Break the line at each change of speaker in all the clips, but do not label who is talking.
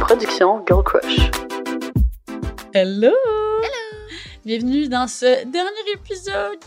production Girl Crush.
Hello! Bienvenue dans ce dernier épisode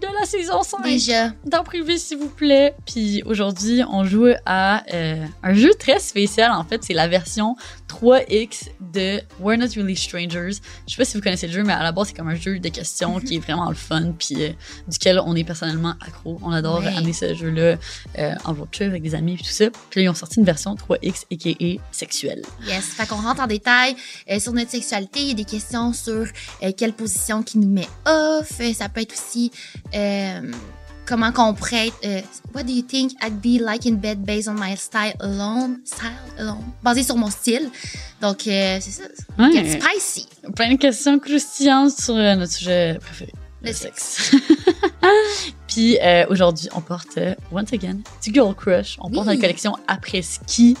de la saison 5.
Déjà.
D'en privé, s'il vous plaît. Puis aujourd'hui, on joue à euh, un jeu très spécial. En fait, c'est la version 3X de We're Not Really Strangers. Je sais pas si vous connaissez le jeu, mais à la base, c'est comme un jeu de questions qui est vraiment le fun, puis euh, duquel on est personnellement accro. On adore
Ouais.
amener ce jeu-là euh, en road trip avec des amis et tout ça. Puis là, ils ont sorti une version 3X, a.k.a. sexuelle.
Yes. Fait qu'on rentre en détail euh, sur notre sexualité. Il y a des questions sur euh, quelle position qui nous met off. Euh, Ça peut être aussi euh, comment qu'on pourrait être. euh, What do you think I'd be like in bed based on my style alone? Style alone. Basé sur mon style. Donc, euh, c'est ça. Get
Ouais.
spicy.
Plein de questions croustillantes sur euh, notre sujet préféré.
Le
sexe. Puis euh, aujourd'hui, on porte, euh, once again, du Girl Crush. On porte
Oui.
notre collection après ski,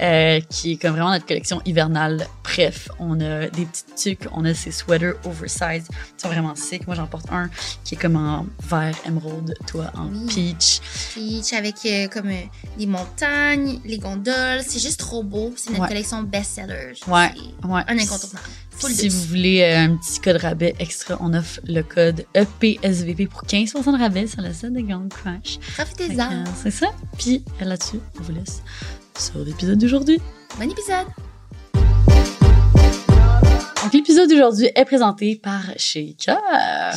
euh, qui est comme vraiment notre collection hivernale. Bref, on a des petites tuques, on a ces sweaters oversize qui sont vraiment sick. Moi, j'en porte un qui est comme en vert émeraude, toi en
Oui.
peach.
Peach avec euh, comme euh, les montagnes, les gondoles. C'est juste trop beau. C'est notre
Ouais.
collection best-seller.
Ouais.
C'est
Ouais.
Un incontournable. Full
Si
de-
vous voulez euh, un petit code rabais extra, on offre le code E EPSVP pour 15% de rabais sur le site de Girl Crush. Fait que,
Profitez-en.
euh, C'est ça. Puis euh, là-dessus, on vous laisse sur l'épisode d'aujourd'hui.
Bon épisode.
Donc l'épisode d'aujourd'hui est présenté par Shaker.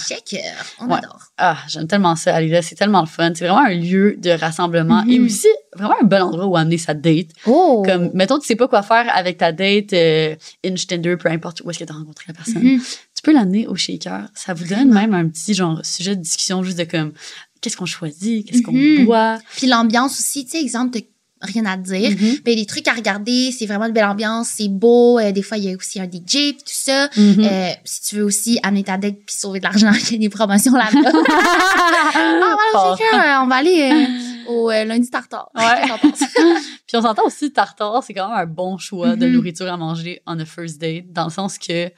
Shaker. On
Ah. Ouais.
adore.
Ah, j'aime tellement ça, aller là, c'est tellement le fun. C'est vraiment un lieu de rassemblement
Mhm.
et aussi vraiment un bon endroit où amener sa date.
Oh.
Comme, mettons, tu sais pas quoi faire avec ta date, euh, Inch, Tinder, peu importe où est-ce que t'as rencontré la personne.
Mhm.
tu peux l'amener au shaker. Ça vous donne même un petit genre sujet de discussion juste de comme qu'est-ce qu'on choisit, qu'est-ce qu'on
Mhm.
boit.
Puis l'ambiance aussi, tu sais, exemple, t'as rien à
Mm.
dire. Ben, des trucs à regarder, c'est vraiment de belle ambiance, c'est beau. Euh, des fois, il y a aussi un DJ, puis tout ça.
Mhm.
Euh, si tu veux aussi amener ta dette puis sauver de l'argent, il y a des promotions là-bas. ah, voilà,
Fort.
c'est clair, euh, on va aller euh, au euh, lundi tartare.
Ouais.
Qu'est-ce que t'en penses?
Puis on s'entend aussi, tartare, c'est quand même un bon choix de
Mhm.
nourriture à manger on a first date, dans le sens que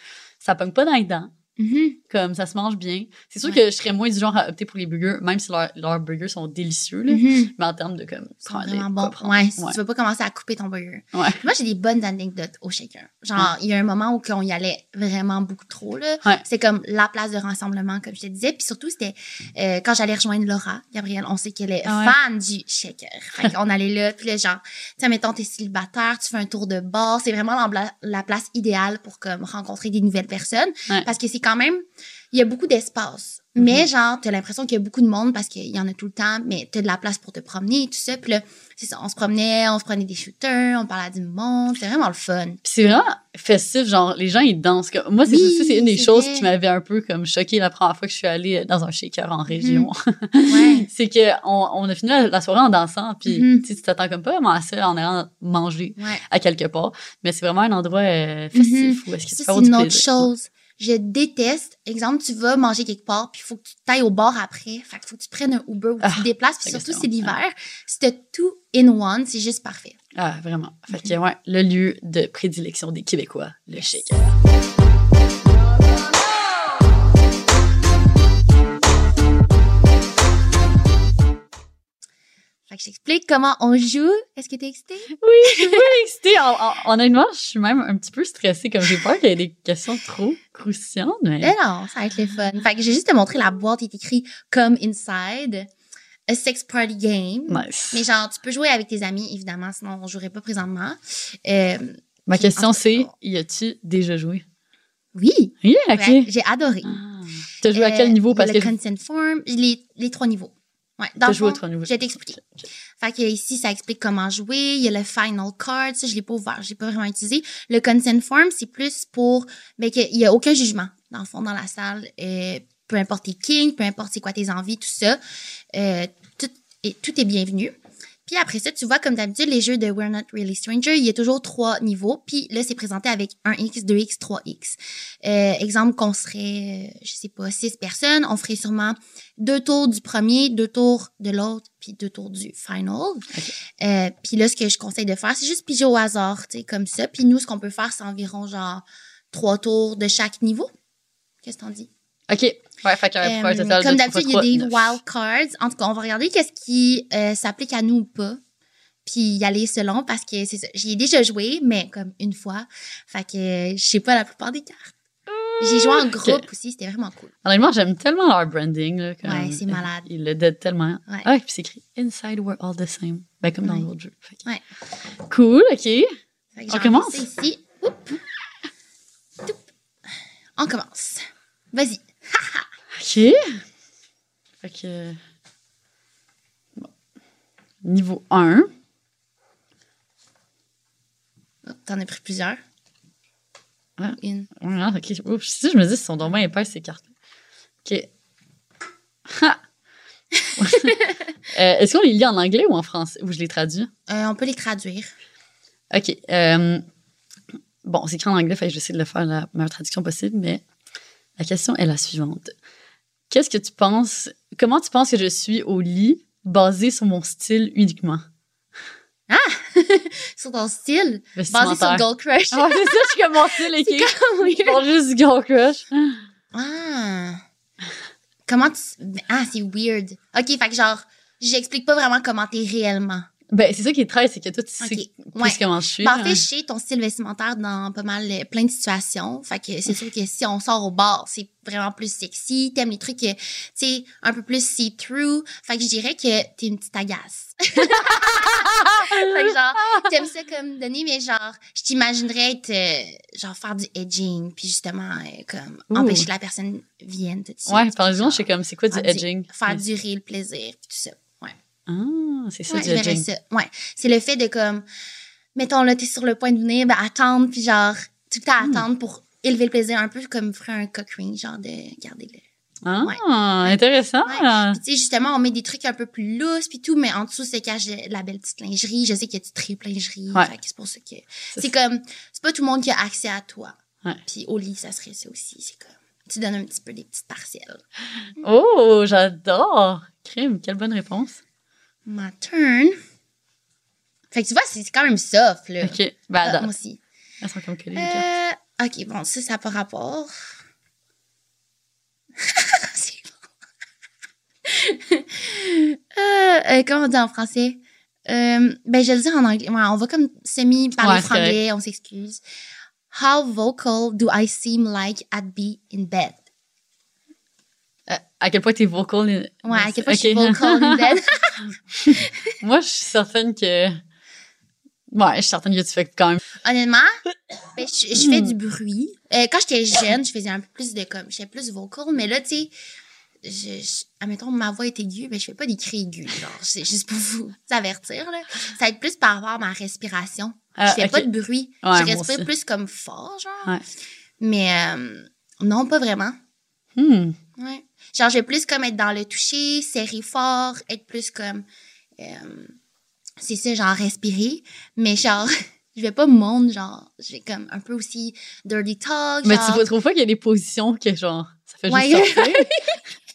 ça pogne pas dans les dents,
Mhm.
comme ça se mange bien. C'est sûr
Ouais.
que je serais moins du genre à opter pour les burgers, même si leurs leurs burgers sont délicieux, là.
Mhm.
mais en termes de comme
C'est
prendre,
vraiment
quoi
bon.
prendre.
Ouais, si
Ouais.
tu veux pas commencer à couper ton burger.
Ouais. Mm.
Moi, j'ai des bonnes anecdotes au shaker. Genre, il y a un moment où on y allait vraiment beaucoup trop, là.
Ouais.
C'est comme la place de rassemblement, comme je te disais. Puis surtout, c'était euh, quand j'allais rejoindre Laura, Gabrielle, on sait qu'elle est
Ah ouais.
fan du shaker. Fait qu'on allait là, puis là, genre, tu sais, mettons, t'es célibataire, tu fais un tour de bar. C'est vraiment l'embla- la place idéale pour comme rencontrer des nouvelles personnes.
Ouais. Mm-hmm.
Parce que c'est quand même, il y a beaucoup d'espace. Mais genre, t'as l'impression qu'il y a beaucoup de monde parce qu'il y en a tout le temps, mais t'as de la place pour te promener et tout ça. Puis là, c'est ça, on se promenait, on se prenait des shooters, on parlait du monde. C'était vraiment le fun.
Puis c'est vraiment festif, genre les gens ils dansent. Comme- Moi, c'est
Oui,
ça, c'est une des
c'est
choses
vrai. Mm-hmm.
qui m'avait un peu comme choquée la première fois que je suis allée euh, dans un shaker en région.
Ouais.
c'est que on, on a fini la, la soirée en dansant, puis
Mhm.
tu sais, tu t'attends comme pas vraiment à ça en allant manger
ouais.
à quelque part. Mais c'est vraiment un endroit euh, festif où est-ce que tu peux
Mhm. Ça, c'est
avoir du
une autre
plaisir.
chose. Je déteste. Exemple, tu vas manger quelque part, puis il faut que tu t'ailles au bar après. Fait qu'il faut que tu prennes un Uber ou que tu
Ah,
te déplaces. Puis
la
surtout,
question,
c'est l'hiver. Si t'as tout in one, c'est juste parfait.
Ah, vraiment. Fait que, ouais, le lieu de prédilection des Québécois, le shaker.
Fait que je t'explique comment on joue. Est-ce que t'es excitée?
Excitée, en- en- honnêtement, je suis même un petit peu stressée, comme j'ai peur qu'il y ait des questions trop croustillantes, mais...
Mais Ben non, ça va être le fun. Fait que j'ai juste te montré la boîte. Il est écrit Come Inside, a sex party game.
Nice.
Mais genre, tu peux jouer avec tes amis, évidemment, sinon on jouerait pas présentement. Euh,
Ma question,
en tout cas,
c'est,
bon.
y as-tu déjà joué?
oui,
Yeah, OK.
ouais, j'ai adoré.
Ah. T'as joué à
Euh,
quel niveau?
il y a
Parce que
le consent form, les, les trois niveaux. Ouais, dans
t'as
le
joué au
fond,
trois niveaux.
Je vais t'expliquer. Fait que ici, ça explique comment jouer. Il y a le final card. Ça, je l'ai pas ouvert. Je l'ai pas vraiment utilisé. Le consent form, c'est plus pour, ben, qu'il y a aucun jugement, dans le fond, dans la salle. Euh, peu importe tes kings, peu importe c'est quoi tes envies, tout ça. Euh, tout, et, tout est bienvenu. Puis après ça, tu vois, comme d'habitude, les jeux de We're Not Really Stranger, il y a toujours trois niveaux. Puis là, c'est présenté avec 1X, 2X, 3X. Euh, exemple qu'on serait, euh, je sais pas, six personnes. On ferait sûrement deux tours du premier, deux tours de l'autre, puis deux tours du final. Euh, puis là, ce que je conseille de faire, c'est juste piger au hasard, tu sais, comme ça. Puis nous, ce qu'on peut faire, c'est environ genre trois tours de chaque niveau. Qu'est-ce que t'en dis?
OK. Ouais, fait qu'il y a un
Euh,
point total de
comme d'habitude, il y a
3,
des
neuf.
wild cards. En tout cas, on va regarder qu'est-ce qui euh, s'applique à nous ou pas. puis y aller selon parce que c'est ça. J'y ai déjà joué, mais comme une fois. Fait que euh, je sais pas la plupart des cartes. J'ai joué en groupe
Ok.
aussi, c'était vraiment cool.
Honnêtement, j'aime tellement leur branding. Là, comme,
Ouais, c'est
euh,
malade.
Ils le dead tellement.
Ouais.
Ah, et puis c'est écrit Inside, we're all the same. Ben, comme dans
Ouais.
l'autre jeu. Fait que-
Ouais.
Cool, OK.
Fait que
On
j'en
commence?
fais ça ici. Oup. Toup. On commence. Vas-y.
OK. Fait que. bon. Niveau 1.
Oh, T'en as pris plusieurs.
Ouais.
Une.
Ouais, ah, ok. Oups, si je me dis, ils sont donc bien épaisses, ces cartes OK. Ha! Euh, Est-ce qu'on les lit en anglais ou en français? Ou je les traduis?
Euh, on peut les traduire.
OK. euh, bon, c'est écrit en anglais, fait que je vais essayer de le faire la meilleure traduction possible, mais la question est la suivante. Qu'est-ce que tu penses... Comment tu penses que je suis au lit basé sur mon style uniquement?
Sur ton style, basé sur
Vestimentaire.
Gold Crush.
Ah, c'est ça, je suis comme mon style,
C'est
OK?
comme
Je
weird.
parle juste du Girl Crush.
Ah. Comment tu. Ah, c'est weird. Ok, fait que genre, j'explique pas vraiment comment t'es réellement.
Ben, c'est ça qui est très, c'est que toi, tu
Ok.
sais plus
Ouais.
comment je suis. hein.
Ben,
là.
en fait, je sais ton style vestimentaire dans pas mal euh, plein de situations. Fait que c'est sûr que si on sort au bar, c'est vraiment plus sexy. T'aimes les trucs, euh, tu sais, un peu plus see-through. Fait que je dirais que t'es une petite agace. fait que genre, t'aimes ça comme donner, mais genre, je t'imaginerais être, euh, genre, faire du edging, puis justement, euh, comme,
Ouh.
empêcher que la personne vienne tout de suite.
Ouais, par exemple, je sais comme, c'est quoi du
Faire du-
edging?
Faire durer le plaisir, puis tout ça.
Ah, c'est ça
Ouais,
du
je verrais
edging.
ça. Ouais. C'est le fait de comme, mettons là, t'es sur le point de venir, ben attendre, puis genre, tout le temps
Hmm.
attendre pour élever le plaisir un peu comme ferait un cock ring, genre de garder le.
Ah,
Ouais.
intéressant.
Ouais. Puis tu sais, justement, on met des trucs un peu plus lousses, puis tout, mais en dessous se cache de la belle petite lingerie. Je sais qu'il y a du triple lingerie.
Ouais.
Fait que c'est pour ça que. C'est comme, c'est pas tout le monde qui a accès à toi.
Ouais.
Puis au lit, ça serait ça aussi. C'est comme, tu donnes un petit peu des petites partielles.
Oh, j'adore. Crime, quelle bonne réponse.
Ma turn. Fait que tu vois, c'est c'est quand même soft, là.
Ok, ben,
Ah,
adore.
moi aussi.
Elles sont comme collées. les cartes.
Euh, ok, bon, ça, ça n'a pas rapport. C'est bon. Euh, euh, comment on dit en français? Euh, ben, je vais le dire en anglais. Ouais, on va comme
Ouais,
semi-parler
c'est
franglais, on s'excuse. How vocal do I seem like I'd be in bed?
Euh, à quel point t'es vocal? les-
Ouais, à quel point je suis
Ok.
vocal in bed.
Moi, je suis certaine que. Ouais, je suis certaine que tu fais quand même.
Honnêtement, ben, je, je fais du bruit. Euh, quand j'étais jeune, je faisais un peu plus de comme, j'étais plus vocal, mais là, tu sais, je, je- admettons, ma voix est aiguë, mais je fais pas des cris aigus. Genre, c'est juste pour vous avertir, là. Ça va être plus par rapport à ma respiration.
Ah,
je fais pas
ok.
de bruit.
Ouais,
je
moi aussi.
respire plus comme fort, genre.
Ouais.
Mais euh, non, pas vraiment.
Hmm.
Ouais. Genre, je vais plus comme être dans le toucher, serrer fort, être plus comme. euh, c'est ça, genre respirer. Mais genre, je vais pas monde, genre. J'ai comme un peu aussi dirty talk.
Mais
genre,
tu trouves pas qu'il y a des positions que genre, ça fait
Ouais.
juste sortir?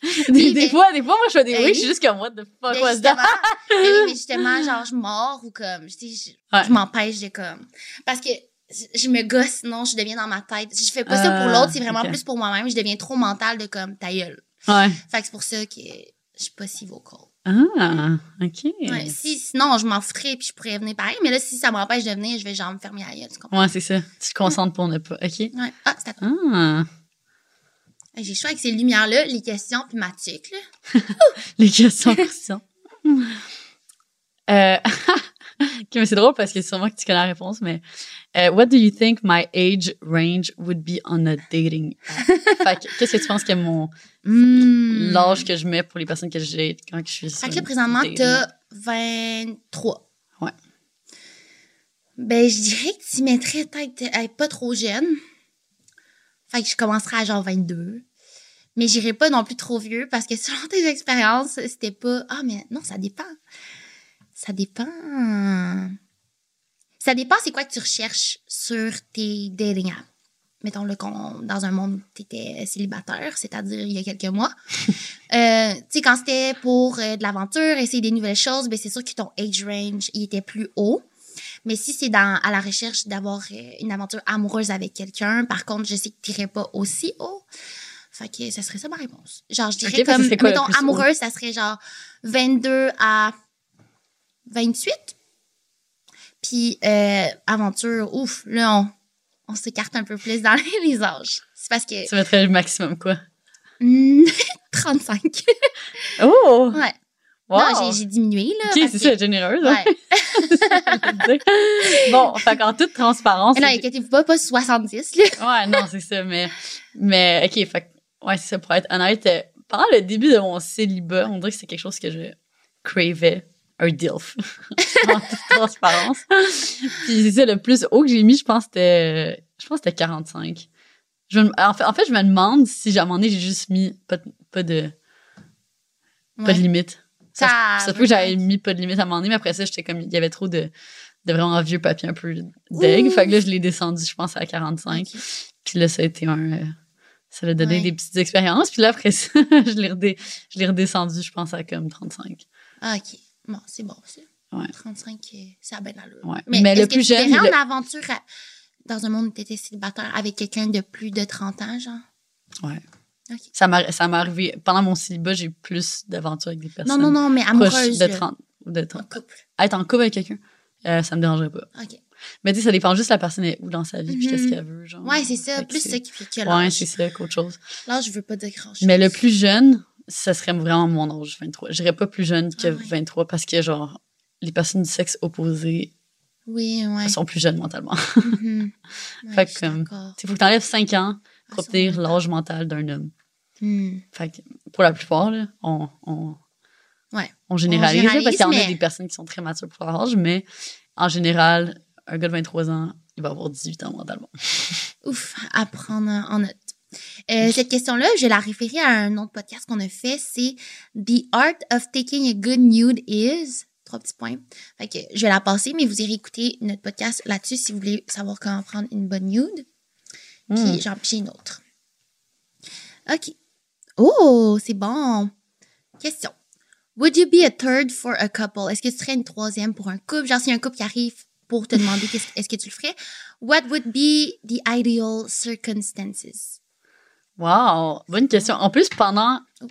des,
Oui,
des
mais-
fois, des fois, moi, je fais des
Ben
oui,
oui. Ben,
je suis juste comme, what the
mais
fuck was
justement,
that?
mais oui, mais justement, genre, je mords ou comme. Je, sais, je,
Ouais.
je m'empêche de comme. Parce que je- je me gosse, non, je deviens dans ma tête. Je fais pas ça pour
Ah,
l'autre, c'est vraiment
ok.
plus pour moi-même. Je deviens trop mentale de comme ta gueule.
Ouais.
Fait que c'est pour ça que je suis pas si vocal.
Ah, ok.
Ouais,
Ouais,
si, sinon, je m'en foutrais puis je pourrais venir pareil. Mais là, si ça m'empêche de venir, je vais genre me fermer la gueule, tu comprends?
c'est ça. Tu te concentres pour ne pas. Ok.
Ouais. Ah, c'est à toi.
Ah,
Hey, J'ai choix avec ces lumières-là, les questions puis ma tuque, là.
les questions conscientes. euh, ok, mais c'est drôle parce que sûrement que tu connais la réponse, mais euh, what do you think my age range would be on a dating app? Fait que, qu'est-ce que tu penses que mon
Hmm.
l'âge que je mets pour les personnes que j'ai quand je suis sur
Fait que là,
une
présentement,
dating app?
t'as 23.
Ouais.
Ben, je dirais que tu mettrais peut-être à être pas trop jeune. Fait que je commencerais à genre 22. Mais j'irai pas non plus trop vieux parce que selon tes expériences, c'était pas. Ah, mais non, ça dépend. Ça dépend. Ça dépend c'est quoi que tu recherches sur tes dating apps. Mettons le qu'on dans un monde où t'étais euh, célibataire, c'est-à-dire il y a quelques mois. Euh, tu sais, quand c'était pour euh, de l'aventure, essayer des nouvelles choses, ben c'est sûr que ton age range il était plus haut. Mais si c'est dans à la recherche d'avoir euh, une aventure amoureuse avec quelqu'un, par contre, je sais que t'irais pas aussi haut. Fait que ça serait ça ma réponse. Genre, je dirais
Ok, parce que
comme,
c'est quoi le
mettons,
plus haut?
amoureuse, ça serait genre 22 à 28. Puis euh, aventure, ouf, là, on, on s'écarte un peu plus dans les âges. C'est parce que
Tu mettrais le maximum quoi?
Hmm, 35.
Oh!
Ouais.
Wow!
Non, j'ai- j'ai diminué, là.
Ok,
parce
c'est ça,
que-
généreuse. hein?
Ouais.
bon, fait qu'en toute transparence.
Mais non, inquiétez-vous pas, pas 70, là.
Ouais, non, c'est ça, mais, mais, ok, fait que, ouais, c'est ça, pour être honnête, euh, pendant le début de mon célibat, on dirait que c'est quelque chose que je cravais, un DILF, en toute transparence. Puis c'est ça, le plus haut que j'ai mis, je pense que c'était, je pense que c'était 45. Je me- en, fait, en fait, je me demande si, à un moment donné, j'ai juste mis pas, de- pas de, pas
Ouais. Ah,
de limite. Ça,
Ça-
se- ça se peut que j'avais mis pas de limite à un moment donné, mais après ça, j'étais comme, il y avait trop de, de vraiment vieux papier un peu deg.
Ouh.
Fait que là, je l'ai descendu, je pense, à 45.
Ok.
Puis là, ça a été un. euh, ça a donné
Ouais.
des petites expériences. Puis là, après ça, je l'ai redé- je l'ai redescendu, je pense, à comme 35.
Ah, OK. Bon, c'est bon, ça.
Ouais.
35, euh, ça a bien allure.
Ouais.
Mais,
Mais
est-ce
le
que
plus
tu
jeune,
verrais
il
en aventure à- dans un monde où t'étais célibataire avec quelqu'un de plus de 30 ans, genre?
Ouais.
OK.
Ça m'arri- ça m'est arrivé. Pendant mon célibat, j'ai eu plus d'aventures avec des personnes.
Non, non, non, mais
Proches
amoureuse.
de
là.
30. ou De 30.
En couple.
Être en couple avec quelqu'un, euh, ça me dérangerait pas.
OK.
Mais tu sais, ça dépend juste de la personne est où dans sa vie, puis
Mhm.
qu'est-ce qu'elle veut. Genre.
Ouais, c'est ça.
Fait que
Plus
c'est-
ça qui fait que
Ouais,
l'âge.
c'est ça qu'autre chose.
L'âge, je veux pas dire grand-chose.
Mais le plus jeune, ça serait vraiment mon âge, 23. J'irais pas plus jeune que
Ah ouais.
23 parce que, genre, les personnes du sexe opposé
Oui, ouais.
sont plus jeunes mentalement.
Mhm. Ouais,
Fait que,
je suis
euh,
d'accord.
Il faut que tu enlèves 5 ans
Ah,
pour
ça,
obtenir
on est
l'âge mental d'un homme.
Hmm.
Fait que pour la plupart, là, on, on,
Ouais.
on généralise, là,
généralise,
parce qu'il y en a
mais-
des personnes qui sont très matures pour leur âge, mais en général, un gars de 23 ans, il va avoir 18 ans mentalement.
Ouf, à prendre en note. Euh, cette question-là, je la référais à un autre podcast qu'on a fait, c'est The Art of Taking a Good Nude Is. Trois petits points. Fait que je vais la passer, mais vous irez écouter notre podcast là-dessus si vous voulez savoir comment prendre une bonne nude.
Hmm.
Puis j'en j'ai une autre. OK. Oh, c'est bon. Question. Would you be a third for a couple? Est-ce que tu serais une troisième pour un couple? Genre, s'il y a un couple qui arrive pour te demander qu'est-ce- est-ce que tu le ferais, what would be the ideal circumstances?
Wow! Bonne question. En plus, pendant
Oh.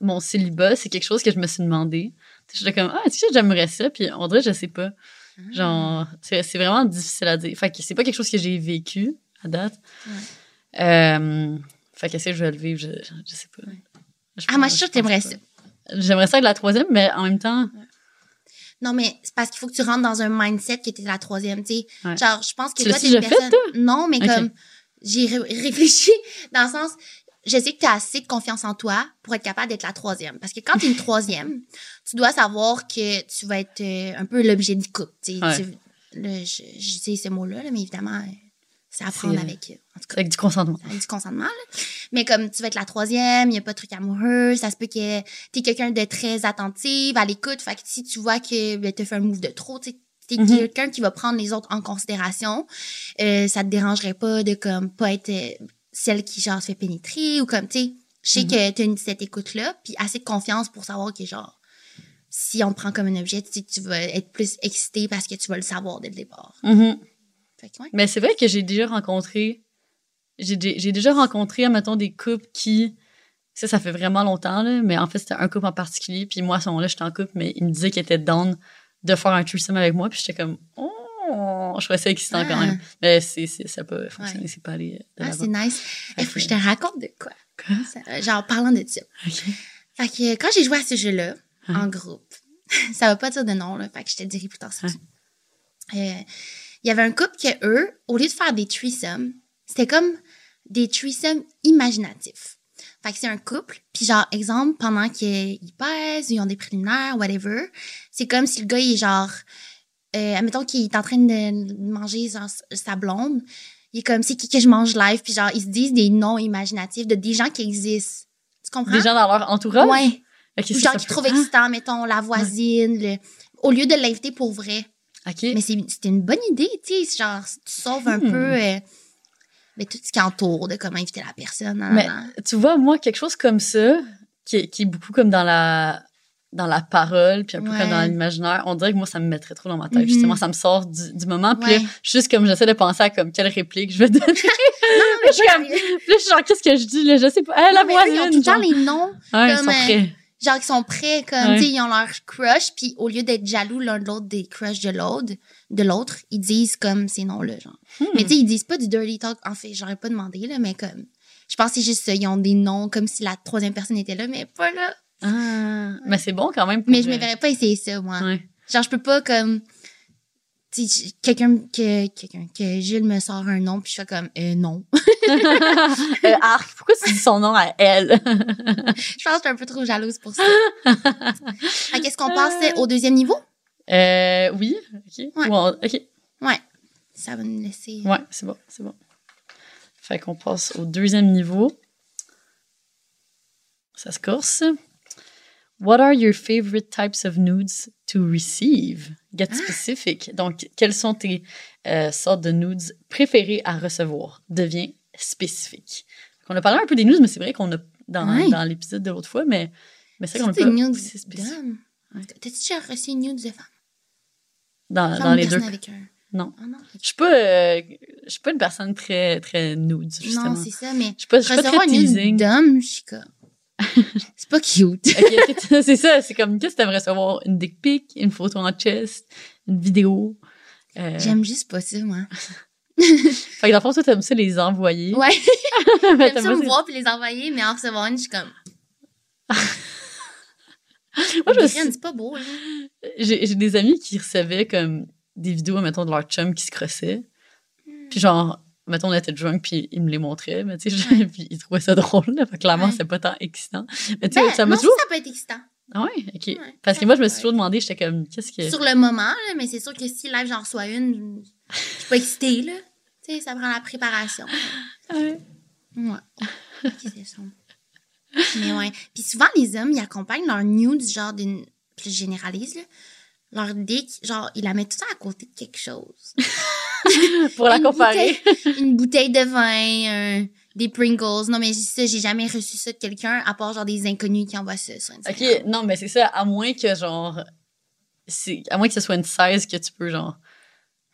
mon célibat, c'est quelque chose que je me suis demandé. J'étais comme, ah, est-ce que j'aimerais ça? Puis on dirait, je sais pas.
Ah.
Genre, c'est c'est vraiment difficile à dire. Fait que c'est pas quelque chose que j'ai vécu à date. Euh, fait que si je vais le vivre, je, je- je sais pas.
Ouais.
Je
Ah, moi,
pense-
je suis sûre que
je pense
t'aimerais
pas.
ça.
J'aimerais ça être la troisième, mais en même temps,
Non, mais c'est parce qu'il faut que tu rentres dans un mindset que t'es la troisième, tu sais.
Ouais.
Genre, je pense
Tu
que toi,
l'as
t'es une
déjà fait,
personne... Non, mais
Ok.
comme, j'ai ré- réfléchi dans le sens, je sais que t'as assez de confiance en toi pour être capable d'être la troisième. Parce que quand t'es une troisième, tu dois savoir que tu vas être euh, un peu l'objet du couple, tu sais.
Ouais.
Tu- là, je, je sais ce mot-là, là, mais évidemment, euh, c'est à
C'est,
prendre
euh,
avec, euh, en tout
c'est
cas,
avec du consentement.
avec du consentement, là. Mais comme tu vas être la troisième, il n'y a pas de truc amoureux, ça se peut que t'es quelqu'un de très attentive, à l'écoute. Fait que si tu vois que ben, t'as fait un move de trop, tu sais, t'es
Mhm.
quelqu'un qui va prendre les autres en considération, euh, ça te dérangerait pas de comme pas être euh, celle qui genre se fait pénétrer ou comme, tu sais, je sais
Mhm.
que t'as une, cette écoute-là, puis assez de confiance pour savoir que genre, si on te prend comme un objet, tu sais, tu vas être plus excité parce que tu vas le savoir dès le départ.
Mhm.
Fait que ouais.
Mais c'est vrai que j'ai déjà rencontré, j'ai dé- j'ai déjà rencontré, mettons, des couples qui, ça, ça fait vraiment longtemps, là, mais en fait, c'était un couple en particulier, puis moi, à ce moment-là, j'étais en couple, mais il me disait qu'il était down de faire un threesome avec moi, puis j'étais comme, oh, je trouvais ça excitant quand
Ah.
même. Mais c'est, c'est- ça peut fonctionner, c'est pas aller de
Ah, c'est
l'avant.
nice.
Fait
Il faut que je
que-
te raconte de quoi.
Quoi?
Ça, euh, genre, parlant de ça.
Ok.
Fait que euh, quand j'ai joué à ce jeu-là,
Hein?
en groupe, ça va pas dire de nom, là, fait que je te dirai plus tard c'est
Hein?
qui. Euh, Il y avait un couple que eux, au lieu de faire des threesomes, c'était comme des threesomes imaginatifs. Fait que c'est un couple, puis genre, exemple, pendant qu'ils pèsent, ils ont des préliminaires, whatever, c'est comme si le gars, il est genre, euh, admettons qu'il est en train de manger genre, euh, sa blonde, il est comme, c'est qui que je mange live, puis genre, ils se disent des noms imaginatifs de des gens qui existent. Tu comprends?
Des gens dans leur entourage?
Ouais.
Ok,
Ou
ça,
genre
ça Ah!
qui
peut-
trouve excitant, mettons, la voisine, le- au lieu de l'inviter pour vrai.
Ah, ok.
Mais c'est- c'était une bonne idée, tu sais, genre, tu sauves un
Hmm.
peu euh, ben, tout ce qui entoure de comment inviter la personne. hein, nan, nan,
Mais-
nan.
tu vois, moi, quelque chose comme ça, qui est, qui est beaucoup comme dans la, dans la parole, puis un peu
Ouais.
comme dans l'imaginaire, on dirait que moi, ça me mettrait trop dans ma tête.
Mhm.
Justement, ça me sort du, du moment. Puis là,
Ouais.
juste comme j'essaie de penser à comme quelle réplique je vais donner. Puis
Non,
Ah,
mais
je suis comme-
sérieux.
là, je suis genre, qu'est-ce que je dis? Là, je sais pas. Eh, la
Non, mais eux,
voisine!
Ils ont tout le temps
genre.
les noms,
Ouais, ils sont
comme, euh,
prêts.
genre, qui sont prêts, comme,
Ouais.
tu sais, ils ont leur crush, puis au lieu d'être jaloux l'un de l'autre des crushs de l'autre, de l'autre, ils disent comme ces noms-là, genre.
Hmm.
Mais tu sais, ils disent pas du dirty talk. En fait, j'aurais pas demandé, là, mais comme. Je pense que c'est juste ça. Ils ont des noms comme si la troisième personne était là, mais pas là.
Ah, mais c'est bon quand même. pour
Mais je
le-
me verrais pas essayer ça, moi.
Ouais.
Genre, je peux pas comme. Tu sais, j- quelqu'un que, quelqu'un que Gilles me sort un nom, puis je fais comme, euh, non.
Euh, Arc, pourquoi tu dis son nom à elle?
je pense que je suis un peu trop jalouse pour ça. Ah, Qu'est-ce qu'on passe euh, au deuxième niveau?
Euh, oui, ok.
Ouais.
Ou on- Ok,
Ça va nous laisser.
ouais, c'est bon, c'est bon. Fait qu'on passe au deuxième niveau. Ça se corse. What are your favorite types of nudes to receive? Get
Ah!
specific. Donc, quelles sont tes euh, sortes de nudes préférées à recevoir? Deviens spécifique. On a parlé un peu des nudes, mais c'est vrai qu'on a dans,
Ouais.
dans l'épisode de l'autre fois, mais, mais c'est
C'est
vrai qu'on a
des
pas
nudes
poussé spécifique.
d'hommes.
Ouais.
T'as-tu déjà reçu une nude de femme?
Dans,
Genre
dans
une
les deux.
personne avec un.
Non.
Ah non,
Je suis pas, euh, je suis pas une personne très, très nude, justement.
non c'est ça, mais.
je suis pas, je suis pas
Recevoir
très
une nude
teasing. Euh.
d'homme, je suis comme. C'est pas cute.
Ok, ok, c'est ça, c'est comme, qu'est-ce que t'aimerais recevoir? Une dick pic, une photo en chest, une vidéo. Euh,
J'aime juste pas ça, moi.
fait que dans le fond, toi, t'aimes ça les envoyer.
Ouais.
Mais
J'aime
t'aimes
ça
pas
me
ça-
voir puis les envoyer, mais en recevoir une, je suis comme.
Moi, je me suis-
Brienne, c'est pas beau, là.
j'ai j'ai des amis qui recevaient comme des vidéos, mettons, de leur chum qui se crossaient. Puis genre, mettons, on était drunk, puis ils me les montraient, mais tu sais,
Ouais.
puis ils trouvaient ça drôle, là. Fait que clairement,
Ouais.
c'est pas tant excitant. Mais tu sais,
Ben,
ça m'a
non, ça,
toujours...
ça peut être excitant.
Ah ouais, ok.
Ouais,
Parce que
ça
moi, je me suis
peut
toujours demandé, j'étais comme, qu'est-ce que...
Sur le moment, là, mais c'est sûr que si live, j'en reçois une, je suis pas excitée, là. Tu sais, ça prend la préparation.
Ouais.
Ouais. Ok, c'est ça. Mais ouais. Puis souvent, les hommes, ils accompagnent leur nude, genre d'une. Puis je généralise, là. Leur dick, genre, ils la mettent tout ça à côté de quelque chose.
Pour la
Une
comparer.
bouteille- une bouteille de vin, un- des Pringles. Non, mais je dis ça, j'ai jamais reçu ça de quelqu'un, à part genre des inconnus qui envoient ça sur
Ok,
Instagram.
non, mais c'est ça, à moins que genre. c'est- À moins que ce soit une 16 que tu peux genre.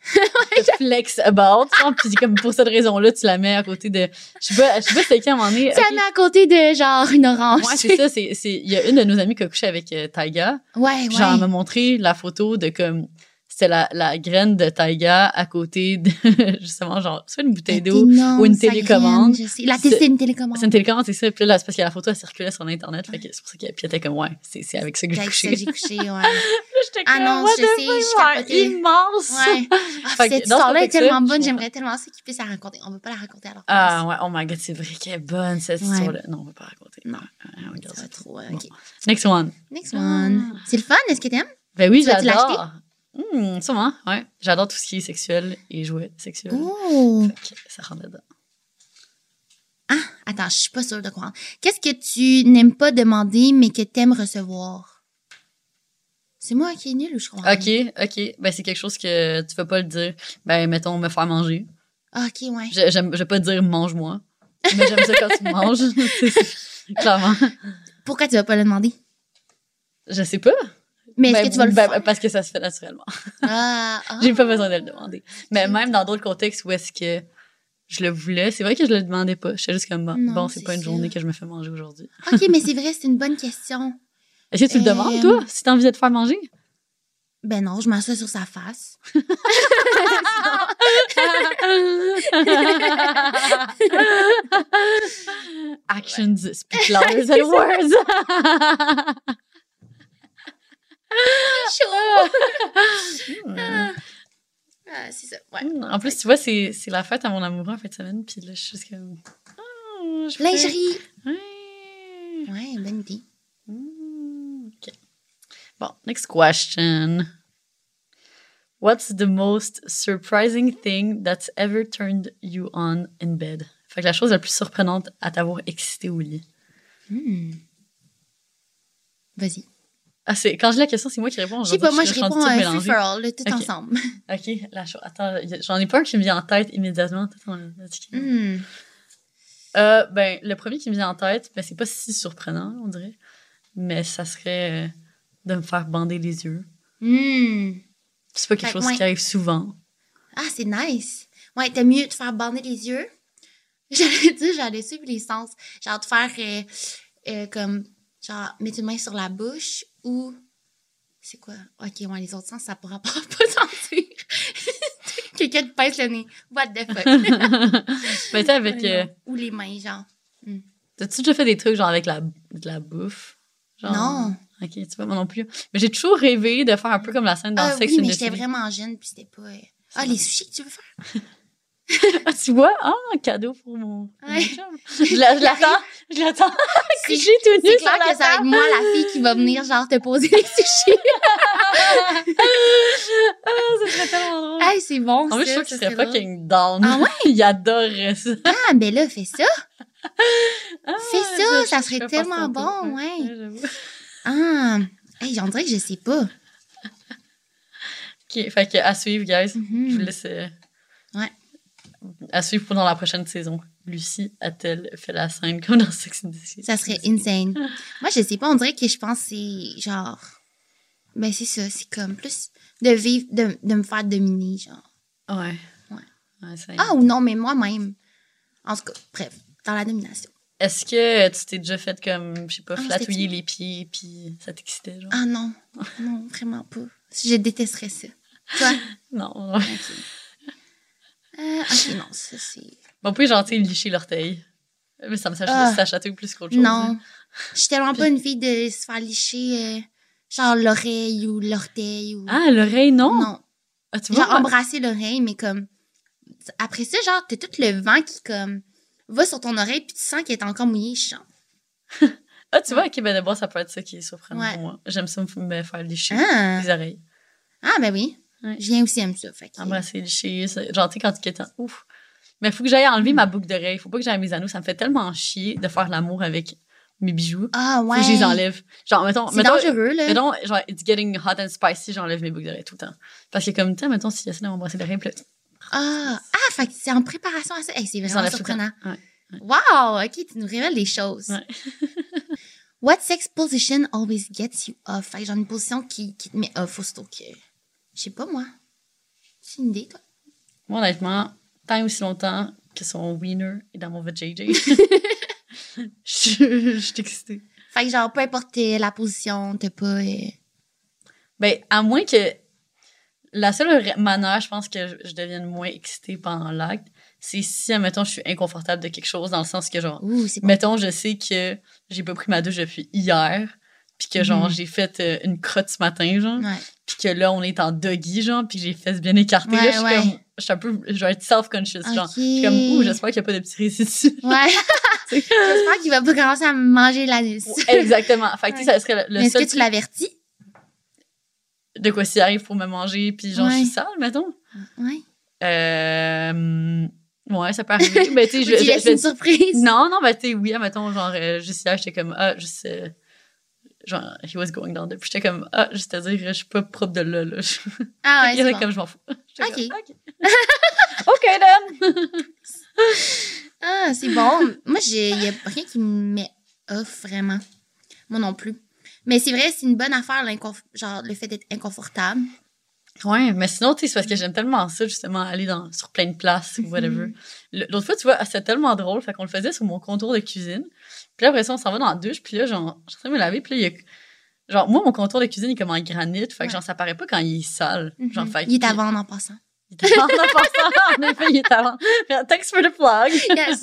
te flex about. genre, Puis comme pour cette raison-là, tu la mets à côté de. Je sais pas, je sais pas c'était qui à un moment donné.
Tu la
ok.
mets à côté de genre une orange.
Ouais, c'est ça. c'est- c'est- Il y a une de nos amies qui a couché avec euh, Taiga.
Ouais,
Puis genre, elle
ouais.
m'a montré la photo de comme. C'était la, la graine de Taiga à côté de. Justement, genre, soit une bouteille d'eau.
ou
une télécommande.
La
C'est-
télé, c'est une télécommande.
C'est une télécommande, c'est ça. Puis là, c'est parce que la photo, elle circulait sur Internet. Fait que c'est pour ça qu'elle puis elle était comme, ouais, c'est c'est avec ça que j'ai
Avec ça,
couché.
j'ai couché, ouais.
J'étais
Ah
comme,
non,
what
je
the
sais,
fuck,
je
genre,
capotais.
immense.
Ouais.
Fait que
Ah,
dans
cette
ce
histoire-là est
contexte-là,
tellement
je
bonne,
comprends.
j'aimerais tellement ça qu'ils puissent la raconter. On ne peut pas la raconter à leur
Ah ouais, oh my god, c'est vrai qu'elle est bonne cette
Ouais.
histoire-là. Non, on va pas raconter.
Non.
Ouais, ouais, on garde
place. Ça
ça.
va trop. euh,
Bon. Ah.
ok.
Next one.
Next one. C'est le fun, est-ce que t'aimes?
Ben oui,
Tu vas-tu
j'adore. Hum, sûrement, ouais. J'adore tout ce qui est sexuel et jouets sexuels.
Oh!
Fait que ça rentre dedans.
Attends, je suis pas sûre de comprendre. Qu'est-ce que tu n'aimes pas demander, mais que t'aimes recevoir? C'est moi qui est nul ou je comprends? rien?
Ok, ok. Ben c'est quelque chose que tu veux pas le dire. Ben mettons, me faire manger.
Ah, Ok, ouais.
Je, j'aime, je vais pas te dire mange-moi. Mais j'aime ça quand tu me manges. C'est- c'est- Clairement.
Pourquoi tu vas pas le demander?
Je sais pas.
Mais est-ce
Ben,
que tu vas le
ben,
faire?
Parce que ça se fait naturellement.
Ah, ah.
J'ai pas besoin de le demander. Mais
Ok.
même dans d'autres contextes où est-ce que je le voulais, c'est vrai que je le demandais pas. J'étais juste comme, bon,
Non,
bon, c'est
c'est
pas une
sûr.
journée que je me fais manger aujourd'hui.
Ok, mais c'est vrai, c'est une bonne question.
Est-ce que tu le
Euh,
demandes, toi, si t'as envie de te faire manger?
Ben non, je m'assois sur sa face.
Actions speak louder than words.
Chaud! Ah, c'est ça, ouais.
Hmm, En plus, tu vois, c'est c'est la fête à mon amoureux en fin de semaine, puis là, je suis juste comme... Ah, je peux-
Lingerie!
Ouais.
Ouais, bonne idée.
Mm, Okay. Well, next question. What's the most surprising thing that's ever turned you on in bed? Fait que la chose la plus surprenante à t'avoir excité au lit.
Hmm. Vas-y.
Ah, c'est quand j'ai la question, c'est moi qui réponds.
Je sais pas, moi, je
suis rendue
réponds
toute
à free
mélangée.
for all, là, tout
Ok.
ensemble.
Ok, la chose. Attends, y a- j'en ai pas un qui me vient en tête immédiatement. Attends, euh, checker.
Hmm.
Euh, ben, le premier qui me vient en tête, ben, c'est pas si surprenant, on dirait. Mais ça serait euh, de me faire bander les yeux.
Hmm.
C'est pas quelque
Fait que
chose
ouais.
qui arrive souvent.
Ah, c'est nice. Ouais, t'as mieux te faire bander les yeux. J'allais dire, j'allais suivre les sens. Genre, te faire euh, euh, comme, genre, mettre une main sur la bouche ou. C'est quoi? Ok, ouais, les autres sens, ça pourra pas, pas sentir. Quelqu'un te pince le nez. What the fuck?
Mais tu sais, avec. euh,
Ou les mains, genre.
T'as-tu déjà fait des trucs genre avec la, de la bouffe? Genre-
Non.
Ok, tu vois, moi non plus. Mais j'ai toujours rêvé de faire un peu comme la scène dans
Ah
Sex
oui,
and
mais
the
j'étais
City.
vraiment jeune, puis c'était pas... euh, Ah, les sushis que tu veux faire?
Ah, tu vois, ah, un cadeau pour mon. pour mon
Ouais.
chum. Je la- je l'attends, je l'attends.
C'est-
Couché tout nu
C'est
sur
clair
la
que ça va être
table.
moi, la fille, qui va venir, genre, te poser les sushis.
Ah, ça serait tellement drôle.
hey, c'est bon,
en plus, je
ça,
trouve qu'il
ça
serait
serait drôle.
fucking down.
Ah
Il adorerait ça.
Ah, ben là, fais ça.
Ah,
Fais ça,
je-
ça
je
serait
ferais
tellement
pas ça,
bon, ouais.
j'avoue.
Ah, hey, j'en dirais que je sais pas.
Ok, fait que à suivre, guys.
Mhm.
Je vous laisse. euh,
Ouais.
À suivre pour dans la prochaine saison. Lucie a-t-elle fait la scène comme dans Sex and the City?
Ça serait insane. Moi, je sais pas, on dirait que je pense que c'est genre. Ben, c'est ça, c'est comme plus de vivre, de, de me faire dominer, genre.
Ouais.
Ouais.
Ouais, ça y est.
Ah, ou non, mais moi-même. En tout cas, bref, dans la domination.
Est-ce que tu t'es déjà fait comme, je sais pas,
Ah,
flatouiller
c'était-tu?
les pieds, puis ça t'excitait, genre?
Ah non, non, vraiment pas. Je détesterais ça. Toi?
Non, non.
Ok. Euh, ok, non, ça c'est.
On peut, genre, tu sais, licher l'orteil. Mais ça me sach-
Ah.
ça chatouille plus qu'autre chose. hein.
Non. Je suis tellement pas une fille de se faire licher, euh, genre l'oreille ou l'orteil ou.
Ah, l'oreille, non?
Non.
Ah, tu vois?
Genre embrasser l'oreille, mais comme. Après ça, genre, t'as tout le vent qui, comme, va sur ton oreille, puis tu sens qu'elle est encore mouillée, je sens.
Ah, tu vois, ok, ben d'abord, ça peut être ça qui est surprenant
Ouais.
pour moi. J'aime ça me- me faire licher
Ah,
les oreilles.
ah ben
Hein?
oui.
Ouais.
Julien aussi aime ça, fait que.
Embrasser, licher, ça- genre, tu sais, quand tu es ouf. Mais il faut que j'aille enlever
Hmm.
ma boucle d'oreille. faut pas que j'aille mes anneaux. Ça me fait tellement chier de faire l'amour avec mes bijoux.
Ah,
Faut
ouais.
que je les enlève. Genre, mettons,
C'est
mettons,
dangereux, là.
Mettons, genre, it's getting hot and spicy, j'enlève mes boucles d'oreilles tout le temps. Parce que comme, tiens, mettons, s'il essaie de m'embrasser l'oreille, puis là,
Ah, ah, fait que c'est en préparation à ça. Hey, c'est
ils
vraiment
enlèvent tout le
surprenant.
temps. Ouais.
Wow, ok, tu nous révèles des choses.
Ouais.
What sex position always gets you off? Fait que genre une position qui, qui te met off, aussitôt que. Je sais pas, moi. C'est une idée, toi?
Moi, honnêtement, tant et aussi longtemps que son wiener est dans mon vajayjay, je je suis excitée.
Fait que genre, peu importe euh, la position, t'as pas. euh,
Ben, à moins que... La seule ra- manière, je pense, que je, je devienne moins excitée pendant l'acte, c'est si, admettons, je suis inconfortable de quelque chose, dans le sens que, genre,
Ouh, c'est bon.
mettons, je sais que j'ai pas pris ma douche depuis hier, puis que, genre,
Mhm.
j'ai fait euh, une crotte ce matin, genre.
Ouais.
puis que là, on est en doggy, genre, puis que j'ai les fesses bien écartées, là,
Ouais,
je suis
ouais.
comme, je suis un peu, je vais être self-conscious, genre.
Ok.
Je suis comme, ouh, j'espère qu'il n'y a pas de petits résidus.
Ouais. J'espère qu'il va pas commencer à me manger l'anus.
Exactement. Fait que, tu sais, ça serait le-
Mais
le
est-ce
seul
que tu l'avertis?
de quoi s'il arrive pour me manger, puis genre, je suis
Ouais.
sale, mettons.
Ouais.
Euh, ouais, ça peut arriver. mais tu sais,
Ou
je,
tu
je-
laisses
je-
une surprise?
Non, non, mais tu sais, oui, mettons, genre, euh, juste hier, j'étais comme, ah, juste, euh, genre, he was going down there. Puis j'étais comme, ah, juste à dire, je suis pas propre de là, là.
Ah ouais,
Il y en
c'est
a
bon.
comme, je m'en fous. J'étais
Ok.
comme, OK. OK, then.
Ah, c'est bon. Moi, il n'y a rien qui me met off vraiment. Moi non plus. Mais c'est vrai, c'est une bonne affaire, l'inconf- genre le fait d'être inconfortable.
Ouais, mais sinon, tu sais, c'est parce que j'aime tellement ça, justement, aller dans, sur plein de places ou whatever.
Mhm.
Le- L'autre fois, tu vois, c'était tellement drôle, fait qu'on le faisait sur mon contour de cuisine. Puis là, après ça, on s'en va dans la douche, puis là, genre, je suis en train de me laver, puis là, il y a... Genre, moi, mon contour de cuisine est comme en granit, fait que
Ouais. Mm-hmm.
genre, ça paraît pas quand il est sale. Genre, fait que-
Mhm. Il est à vendre en passant.
Il est avant, en passant, en effet, il est avant. Thanks for the plug!
Yes.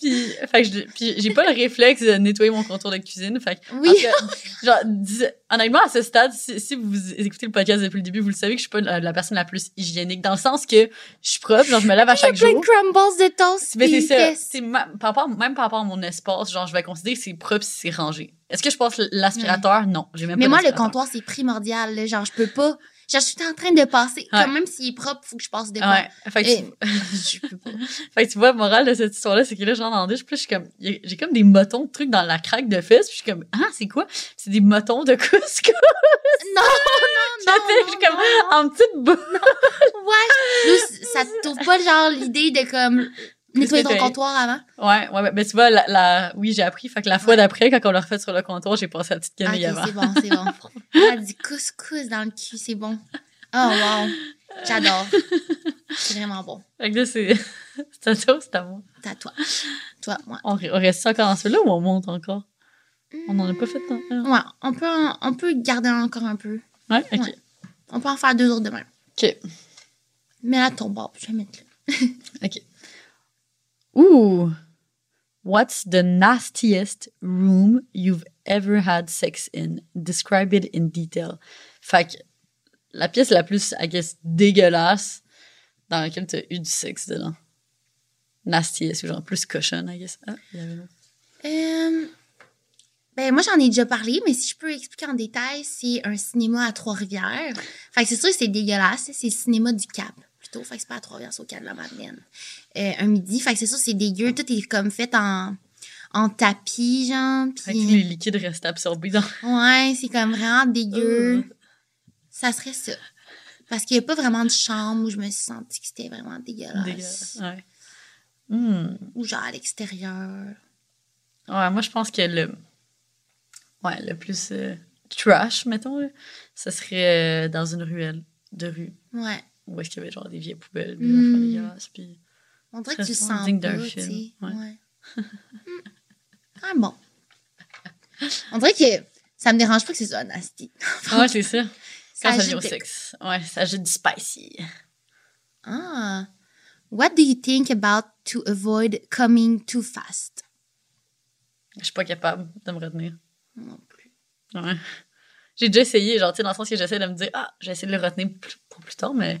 Puis, fait que je- puis j'ai pas le réflexe de nettoyer mon contour de cuisine, fait que
oui.
en tout cas, genre, dis- honnêtement, à ce stade, si, si vous écoutez le podcast depuis le début, vous le savez que je suis pas euh, la, la personne la plus hygiénique, dans le sens que je suis propre, genre, je me lave à
Il y a
chaque
plein de
jour.
crumbles de toast.
Mais c'est
puis
ça.
yes.
C'est ma- par rapport, même par rapport à mon espace, genre, je vais considérer que c'est propre si c'est rangé. Est-ce que je passe l'aspirateur? Non, j'ai même
Mais
pas
moi, le
d'aspirateur.
comptoir, c'est primordial. là. Genre, je peux pas. Genre, je suis en train de passer.
Ouais.
Quand même s'il est propre, faut que je passe devant.
Ouais. Fait que,
Et-
tu,
Eh, je peux pas.
fait que tu vois, le moral de cette histoire-là, c'est que là, j'en en douche, puis je suis comme, y a- j'ai comme des motons de trucs dans la craque de fesses, puis je suis comme, ah, c'est quoi? C'est des motons de couscous.
Non, Oh, non,
J'étais- je
non,
suis comme,
non,
en petite boule.
Ouais. Nous, ça te trouve pas, genre, l'idée de, comme, nettoyer ton
nettoyer.
comptoir avant?
Ouais, ouais, mais tu vois, la, la- oui, j'ai appris. Fait que la fois d'après, quand on l'a refait sur le comptoir, j'ai passé la petite
Ah,
guenille
Ok,
avant.
c'est bon, c'est bon. Ah, du couscous dans le cul, c'est bon. Oh, wow. J'adore. C'est vraiment bon.
Fait que là, c'est. C'est à toi, c'est à moi.
C'est à toi. Toi, moi.
On, re- on reste ça encore dans celui-là ou on monte encore? On en a pas fait tant. hein?
Ouais, on peut, en- on peut garder encore un peu.
Ouais, ok.
Ouais. On peut en faire deux autres demain.
Ok.
Mets à ton bord, je vais mettre là.
Ooh. What's the nastiest room you've ever had sex in? Describe it in detail. Fait que la pièce la plus, I guess, dégueulasse dans laquelle tu as eu du sexe dedans. Nastiest, ou genre plus cochonne, I guess. Ah, il y avait un autre.
Euh, ben, moi, j'en ai déjà parlé, mais si je peux expliquer en détail, c'est un cinéma à Trois-Rivières. Fait que c'est sûr que c'est dégueulasse. C'est le cinéma du Cap, plutôt. Fait que c'est pas à Trois-Rivières, c'est au Cap de la Madeleine. Euh, un midi. Fait que c'est sûr que c'est dégueu. Tout est comme fait en, en tapis, genre.
Fait que
Puis,
les liquides restent absorbés dans.
ouais, c'est comme vraiment dégueu.
Oh.
Ça serait ça. Parce qu'il n'y a pas vraiment de chambre où je me suis sentie que c'était vraiment dégueulasse.
Dégueulasse. Ouais. Hmm.
Ou genre à l'extérieur.
Ouais, moi, je pense que le. Ouais, le plus euh, trash, mettons, là, ce serait euh, dans une ruelle de rue
Ouais.
où est-ce qu'il y avait genre des vieilles poubelles, des
Hmm.
affaires dégueulasses, puis.
On dirait que tu le
Très fort,
sens
digne
pas,
d'un
tu
film,
sais.
ouais.
Ouais. Mm. Ah bon. On dirait que ça me dérange pas que c'est soit nasty.
Ah Ouais, c'est ça. Quand ça
agite
vient au
de-
sexe. Ouais, ça agite du spicy.
Ah. What do you think about to avoid coming too fast?
Je suis pas capable de me retenir.
Non plus.
Ouais. J'ai déjà essayé, genre, tu sais, dans le sens que j'essaie de me dire, ah, j'ai essayé de le retenir plus- pour plus tard, mais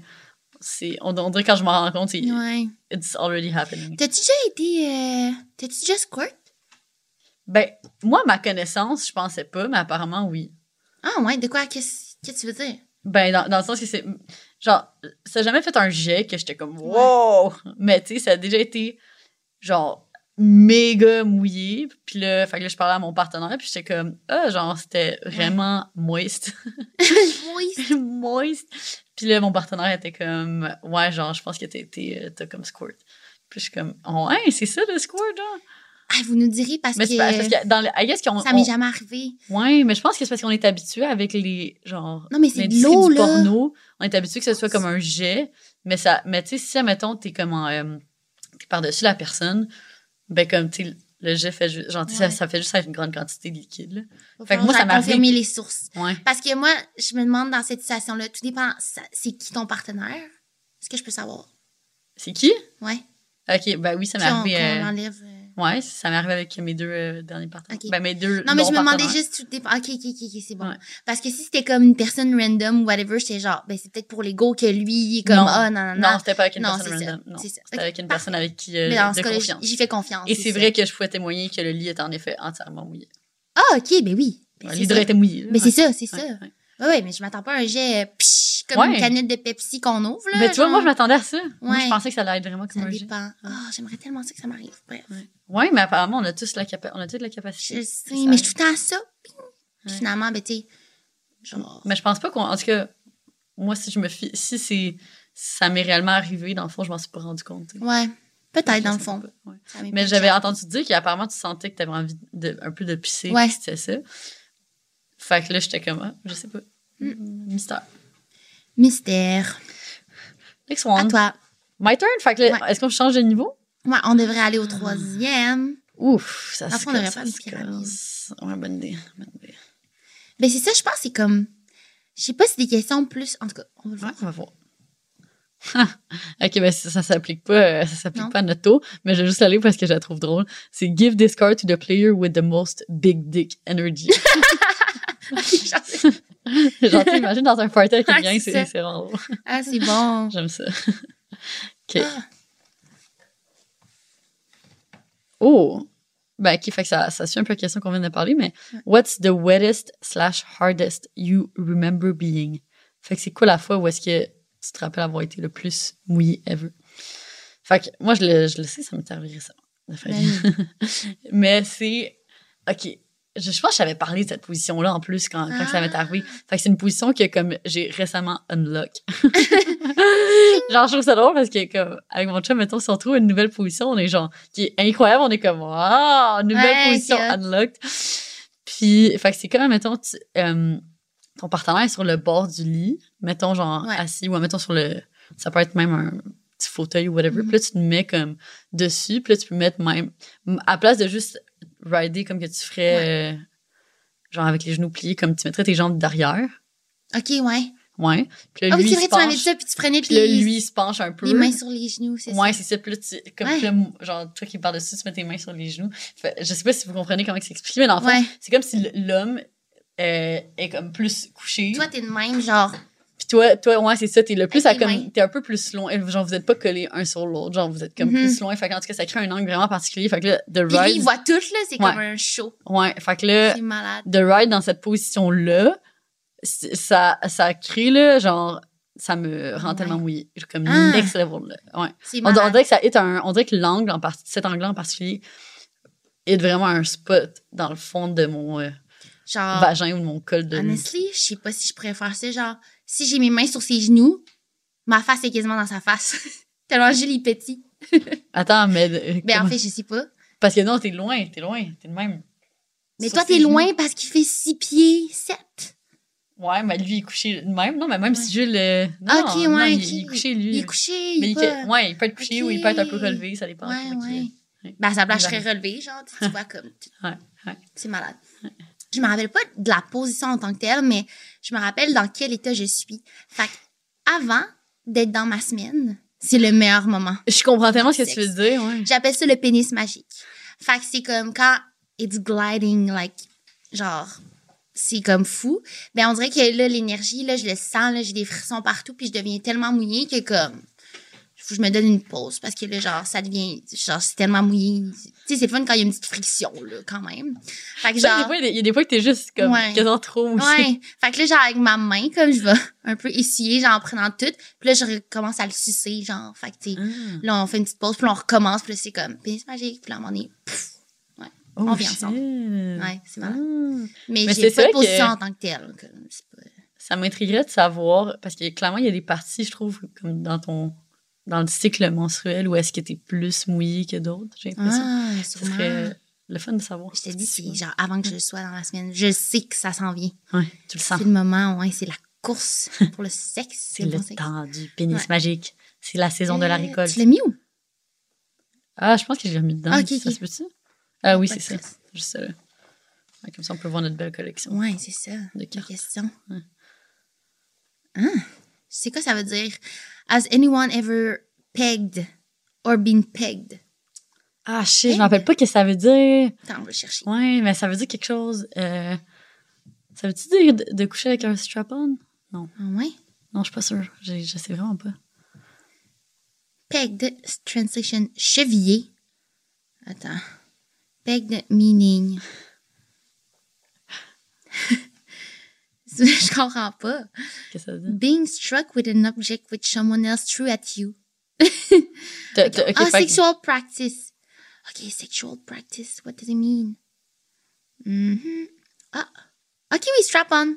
c'est, on, on dirait quand je m'en rends compte, c'est,
Ouais.
it's already happening.
T'as-tu déjà été. euh, T'as-tu déjà squirt?
Ben, moi, ma connaissance, je pensais pas, mais apparemment, oui.
Ah ouais, de quoi? Qu'est-ce qu'est-ce que tu veux dire?
Ben, dans, dans le sens que c'est. Genre, ça a jamais fait un jet que j'étais comme wow! Mais tu sais, ça a déjà été genre méga mouillé. Puis là, fait que là, je parlais à mon partenaire, puis j'étais comme ah, genre, c'était vraiment moist.
Moist.
moist. Puis là, mon partenaire était comme ouais, genre, je pense que t'as été. euh, T'as comme squirt. Puis je suis comme oh, hein, c'est ça le squirt, genre.
Ah, vous nous direz parce
Mais
que,
c'est pas- parce que dans le. I guess qu'on.
ça m'est
on-
jamais arrivé.
Ouais, mais je pense que c'est parce qu'on est habitué avec les genre
Non, mais c'est de
l'industrie
l'eau,
du
là.
porno, on est habitué que ce soit comme un jet, mais ça mais tu sais si admettons t'es comme en, euh, t'es par-dessus la personne, ben comme tu sais, le jet fait ju- genre tu sais,
Ouais.
ça, ça fait juste avec une grande quantité de liquide.
Va
Fait que moi, ça
falloir
m'arrive.
confirmer les sources.
Là. Ouais.
Parce que moi, je me demande dans cette situation-là, tout dépend, ça- c'est qui ton partenaire? Est-ce que je peux savoir?
C'est qui
Ouais.
OK, ben oui, ça m'est
Puis on,
arrivé.
qu'on
euh,
l'enlève, euh.
ouais, ça m'est arrivé avec mes deux euh, derniers partenaires.
Ok.
Ben mes deux
Non, mais je me
non-partenaires.
demandais juste, tout dépend. Ok, ok, ok, ok, c'est bon.
Ouais.
Parce que si c'était comme une personne random ou whatever, j'étais genre, ben c'est peut-être pour l'ego que lui, il est comme,
Non.
ah, non, non, non.
Non, c'était pas avec une
Non,
personne
c'est ça.
random. Non,
C'est ça.
c'était
Ok,
avec une
parfait.
personne avec qui euh,
mais dans
de
ce cas-là, j-
confiance.
j'y fais confiance.
Et c'est
ça.
vrai que je pouvais témoigner que le lit était en effet entièrement mouillé.
Ah, ok, ben oui. Ben,
Ouais,
c'est
L'hydre
ça.
était mouillé. là,
Mais
ouais.
c'est ça, c'est ça.
Ouais,
Ouais,
ouais.
ouais, mais je m'attends pas à un jet, euh, psh, comme
Ouais.
une canette de Pepsi qu'on ouvre, là.
Ben, tu vois, moi, je
genre.
m'attendais à ça. Moi, je
Ouais.
pensais que ça allait être vraiment comme
Ça
un jet.
dépend. Ah, j'aimerais tellement ça que ça m'arrive. Bref.
Ouais, mais apparemment, on a tous la, capa- on a toutes la capacité.
Je sais,
Ça-
mais je suis tout le temps à ça. Ping. Puis
Ouais.
Finalement, ben, tu sais, genre.
Mais je pense pas qu'on. En tout cas, moi, si je me fie. Si c'est. Ça m'est réellement arrivé, dans le fond, je m'en suis pas rendu compte. tu sais.
Ouais, peut-être dans le fond.
Ouais.
Ça m'est
Mais
pas
j'avais
clair.
entendu dire qu'apparemment, tu sentais que t'avais envie de, un peu de pisser.
Ouais.
puis C'était ça. Fait que là, j'étais comme. Ah, je sais pas. Mystère.
Mystère.
Next
À
one.
toi.
My turn. Fait que là, est-ce qu'on change de niveau?
Ouais, on devrait aller
Ah.
au troisième.
Ouf, ça
Dans le
se
fond, on devrait
casse,
faire
ça
une
se
pyramide.
casse. Ouais, bonne idée. Bonne idée.
Ben, c'est ça, je pense, c'est comme. Je sais pas si des questions plus. En tout cas, Ah, on va le
Ouais,
voir.
on va voir. ok, ben ça, ça s'applique pas, euh, ça s'applique
Non.
pas à notre taux, mais je vais juste aller parce que je la trouve drôle. C'est give this card to the player with the most big dick energy.
Genre,
Genre, t'imagines dans un party avec
Ouais,
quelqu'un, c'est
c'est ça.
c'est vraiment drôle.
ah, c'est bon.
J'aime ça. ok.
Ah.
Oh! Ben, ok, fait que ça, ça suit un peu la question qu'on vient de parler, mais what's the wettest slash hardest you remember being? Fait que c'est quoi la fois où est-ce que tu te rappelles avoir été le plus mouillé ever? Fait que moi, je le, je le sais, ça m'est arrivé récemment. de fait.
Ben oui.
Mais c'est. OK. Je, je pense que j'avais parlé de cette position-là en plus quand, quand ça m'est
Ah.
arrivé. Fait que c'est une position que comme j'ai récemment unlock. genre, je trouve ça drôle parce que comme avec mon chum, mettons, si on trouve une nouvelle position, on est genre qui est incroyable, on est comme Wow! Nouvelle
Ouais,
position
c'est hot.
unlocked. Puis fait que c'est comme mettons tu- euh, ton partenaire est sur le bord du lit, mettons genre
Ouais.
assis ou mettons sur le. Ça peut être même un petit fauteuil ou whatever.
Mhm.
Puis là, tu te mets comme dessus. Puis là, tu peux mettre même. À place de juste rider comme que tu ferais, euh, genre avec les genoux pliés, comme tu mettrais tes jambes derrière.
Ok, ouais.
Ouais. Puis là,
Ah oui,
lui,
c'est
il
vrai,
se
tu m'avais
penche.
dit ça, puis tu prenais
Puis là,
les,
lui, il se penche un peu.
les mains sur les genoux, c'est
Ouais,
ça.
c'est ça. Puis là, tu, comme
Ouais.
puis là, m- genre, toi qui parles dessus, tu mets tes mains sur les genoux. Fait, je sais pas si vous comprenez comment c'est expliqué, mais dans le fond,
Ouais.
c'est comme si l- l'homme euh, est comme plus couché.
Toi, t'es de même, genre.
Puis toi, toi, ouais, c'est ça. T'es le plus
Avec
à
les
comme.
mains.
T'es un peu plus loin. Et Genre, vous êtes pas collés un sur l'autre. Genre, vous êtes comme
Mhm.
plus loin. Fait qu'en tout cas, ça crée un angle vraiment particulier. Fait que là, The
Puis lui,
Ride.
il voit tout, là, c'est
Ouais. Euh,
comme un show.
Ouais. Fait que là,
C'est malade.
The Ride dans cette position-là, c'est- ça, ça crée, là, genre, ça me rend
Ouais.
tellement mouillée. Genre, Comme
Ah.
next level, là. Ouais.
C'est
On, on
malade.
dirait que ça est un. On dirait que l'angle, en partie, cet angle en particulier, est vraiment un spot dans le fond de mon euh,
Genre,
vagin ou de mon col
Ah,
de nuit.
honestly, je sais pas si je pourrais faire ça. Genre, si j'ai mes mains sur ses genoux, ma face est quasiment dans sa face. Tellement joli petit.
Attends, mais. euh,
Ben, en
comment-
fait, je sais pas.
Parce que non, t'es loin, t'es loin, t'es de même.
Mais
Sur
toi,
ses
t'es
genoux.
loin parce qu'il fait 6 pieds 7.
Ouais, mais lui, il est couché de même. Non, mais même
Ouais.
si Jules. euh, non,
Ah, ok,
non,
ouais,
il,
ok.
il est couché, lui.
Il est couché,
Mm. mais il,
il est
peut-
pas...
ouais, il peut être couché ou il peut être un peu relevé, ça dépend.
Ouais,
comment il est.
ouais. Ben, à sa place, je serais
Varie.
relevée, genre, tu, tu vois, comme... tu-
Ouais, ouais.
C'est malade. Je me rappelle pas de la position en tant que telle, mais je me rappelle dans quel état je suis. Fait que avant d'être dans ma semaine, c'est le meilleur moment.
Je comprends tellement ce que tu veux dire, ouais.
J'appelle ça le pénis magique. Fait que c'est comme quand it's gliding, like, genre, c'est comme fou. Ben, on dirait que là, l'énergie, là, je le sens, là, j'ai des frissons partout, puis je deviens tellement mouillée que comme, faut que je me donne une pause parce que là, genre, ça devient, genre, c'est tellement mouillé. Tu sais, c'est le fun quand il y a une petite friction, là, quand même. Fait que
Tu sais, des
genre.
fois, il y a- il y a des fois que t'es juste comme
Ouais.
quasiment trop mouillé.
Ouais. Fait que là, genre, avec ma main, comme je vais un peu essuyer, genre, en prenant tout. Puis là, je recommence à le sucer, genre. Fait que, tu sais,
Ah.
là, on fait une petite pause, puis là, on recommence, puis là, c'est comme pénis magique, puis là, à un moment donné, pff,
Oh,
On vient
shit.
ensemble. ouais, c'est malade.
Ah.
Mais,
Mais c'est
j'ai pas
ça
de position
que-
en tant que telle. comme, c'est pas-
Ça m'intriguerait de savoir, parce que clairement, il y a des parties, je trouve, comme dans ton. dans le cycle menstruel où est-ce que t'es plus mouillé que d'autres, j'ai l'impression.
Ah,
Ce
sûrement.
serait le fun de savoir.
Je te dis, c'est genre avant que je le sois dans la semaine, je sais que ça s'en vient.
Ouais, tu le sens.
C'est le moment, ouais, c'est la course pour le sexe.
C'est
le
le
bon sexe.
temps du pénis
Ouais.
magique. C'est la saison de la
Euh,
récolte.
Tu l'as mis où?
Ah, je pense que j'ai remis dedans.
Ah, ok,
Ça
ok.
se peut-tu? Ah oui,
Pas
c'est
de
ça.
stress.
Juste ça, là. Ouais, Comme ça, on peut voir notre belle collection
Ouais, c'est ça.
de
La
cartes.
question.
Ouais.
Hein? C'est quoi ça veut dire? Has anyone ever pegged or been pegged?
Ah, shit, je me rappelle pas ce que ça veut dire.
Attends, on va le chercher.
Ouais, mais ça veut dire quelque chose. euh, Ça veut-tu dire de, de coucher avec un strap-on?
Ah ouais?
Non, je suis pas sûre. J'ai- Je sais vraiment pas.
Pegged, translation, chevillé. Attends. Pegged, meaning. Je comprends pas.
ce que ça veut dire.
Being struck with an object which someone else threw at you.
T'as- t'as- ok,
ah,
fait que-
sexual practice. Okay, sexual practice. What does it mean? Mhm. Ah. Ok, oui, strap on.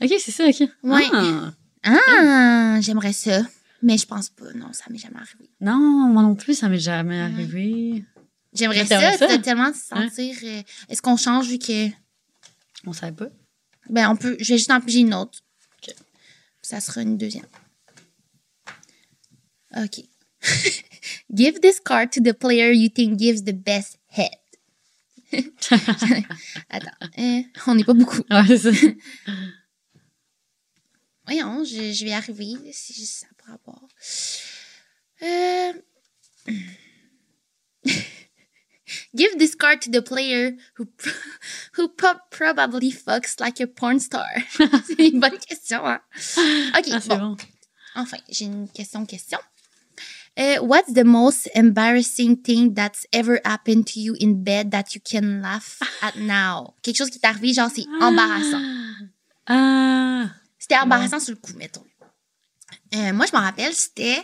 Ok, c'est ça, ok.
Ouais.
Ah.
Ah, j'aimerais ça. Mais je pense pas. Non, ça m'est jamais arrivé.
non, moi non plus, ça m'est jamais
Ouais.
arrivé.
J'aimerais
Mais t'aimerais
ça.
ça?
de tellement se
Hein?
sentir. euh, Est-ce qu'on change vu que.
On savait pas.
Ben, on peut. Je vais juste en piger une autre.
Ok.
Ça sera une deuxième. OK. Give this card to the player you think gives the best head. Attends. euh, on n'est pas beaucoup.
Ouais, c'est ça.
Voyons, je, je vais arriver. C'est juste ça pour avoir. Euh... Give this card to the player who, who po- probably fucks like a porn star. c'est une bonne question, hein? OK,
Ah, c'est
bon.
bon.
Enfin, j'ai une question, question. Euh, what's the most embarrassing thing that's ever happened to you in bed that you can laugh at now? Quelque chose qui t'est arrivé, genre, c'est embarrassant.
Ah.
C'était embarrassant sur le coup, mettons. Euh, moi, je m'en rappelle, c'était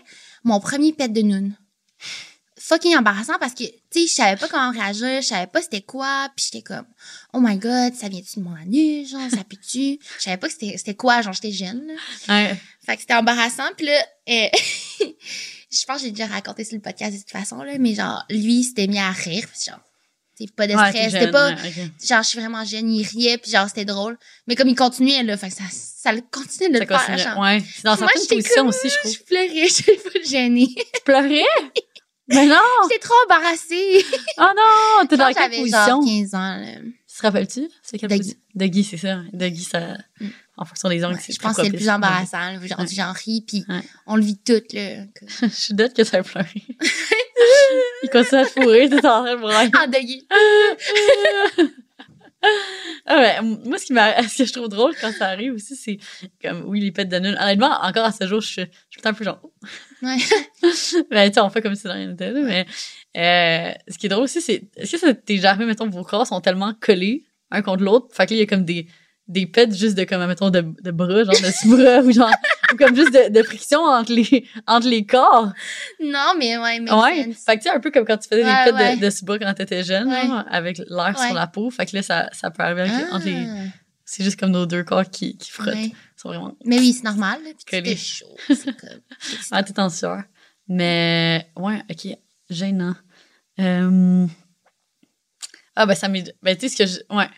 mon premier pet de noun. Fucking embarrassant parce que, tu sais, je savais pas comment réagir, je savais pas c'était quoi, puis j'étais comme, oh my god, ça vient-tu de mon anus, genre, ça pue-tu? Je savais pas que c'était c'était quoi, genre, j'étais jeune, là.
Ouais.
Fait que c'était embarrassant. Puis là, euh, je pense que j'ai déjà raconté sur le podcast de toute façon, là, mais genre, lui, il s'était mis à rire. Puis genre, c'est pas de
Ouais,
stress.
t'es
c'était
jeune,
pas,
ouais, ok.
genre, je suis vraiment jeune, il riait, puis genre, c'était drôle. Mais comme il continuait, là, fait que ça, ça le continuait de
Ça
le faire.
continue.
genre.
Ouais. C'est dans
Moi,
certaines
j'étais
positions
comme- euh,
aussi, je trouve.
Je pleurais, j'étais pas gênée.
Tu pleurais? Mais non!
j'étais trop embarrassée.
Oh non! T'es
Genre,
Oh. dans quelle
J'avais genre
position?
15 ans, là.
Tu te rappelles-tu? C'est quelle
De
position? De Guy, c'est ça. De Guy, ça.
Mm.
en fonction des angles.
Ouais, je pense que c'est le plus embarrassant. là. Genre,
Ouais.
j'en ris, puis
Ouais.
on le vit tout, là. que-
je suis dette que ça a pleuré. Il continue à te fourrer, t'es en train de brailler.
Endeuillé.
Ah ouais, m- moi, ce, qui m'a- ce que je trouve drôle quand ça arrive aussi, c'est comme, oui, les pets de nul. Honnêtement, encore à ce jour, je suis, je suis tout le temps un peu genre,
Ouais.
mais tu sais, on fait comme si de rien n'était, là, mais euh, ce qui est drôle aussi, c'est, est-ce que ça t'est déjà arrivé, mettons, vos corps sont tellement collés un contre l'autre, fait que là, il y a comme des, des pets juste de, comme, mettons, de, de bras, genre de sous-bras, ou genre, ou comme juste de, de friction entre les, entre les corps.
Non, mais ouais, mais.
Ouais, fait que tu sais, un peu comme quand tu faisais
Ouais,
des pets
ouais.
de, de sous-bras quand t'étais jeune,
Ouais.
genre, avec l'air
Ouais. Ah.
sur la peau, fait que là, ça, ça peut arriver avec les- entre les, c'est juste comme nos deux corps qui, qui frottent.
Ouais.
Ils sont vraiment.
Mais oui, c'est normal. là, Puis tu
Collé.
fais chaud. C'est comme.
Ah, t'es en sueur. Mais, ouais, ok, gênant. Euh, Ah, ben, ça m'est. Ben, tu sais, ce que je. Ouais.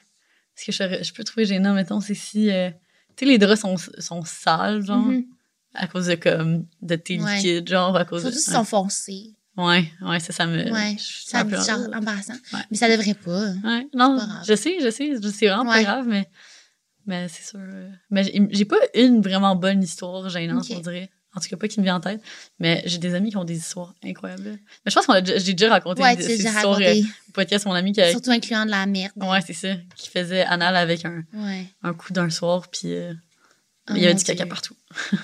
Ce que je, je peux trouver gênant, mettons, c'est si. euh, Tu sais, les draps sont, sont sales, genre,
Mhm.
à cause de, comme, de tes
Ouais.
liquides, genre, à cause
Surtout
de.
s'ils sont foncés.
Ouais, ouais, ça, ça me.
Ouais,
je suis
Ça,
un peu-
c'est genre embarrassant.
Ah, euh, Ouais.
Mais ça devrait pas.
Ouais, non,
pas grave.
je sais, je sais, je- c'est vraiment pas
Ouais.
grave, mais, mais c'est sûr. euh, Mais j'ai j'ai pas une vraiment bonne histoire gênante,
Ok.
on dirait. En tout cas, pas qui me vient en tête. Mais j'ai des amis qui ont des histoires incroyables. Mais je pense qu'on a déjà- j'ai déjà raconté
Ouais,
une-
tu
ces
sais, j'ai
histoires euh,
raconté.
au podcast. Mon ami qui, a-
Surtout incluant de la merde.
ouais, c'est ça, qui faisait anal avec un,
Ouais.
un coup d'un soir, puis euh,
Oh
il y avait
mon
du caca
Dieu.
partout.
Je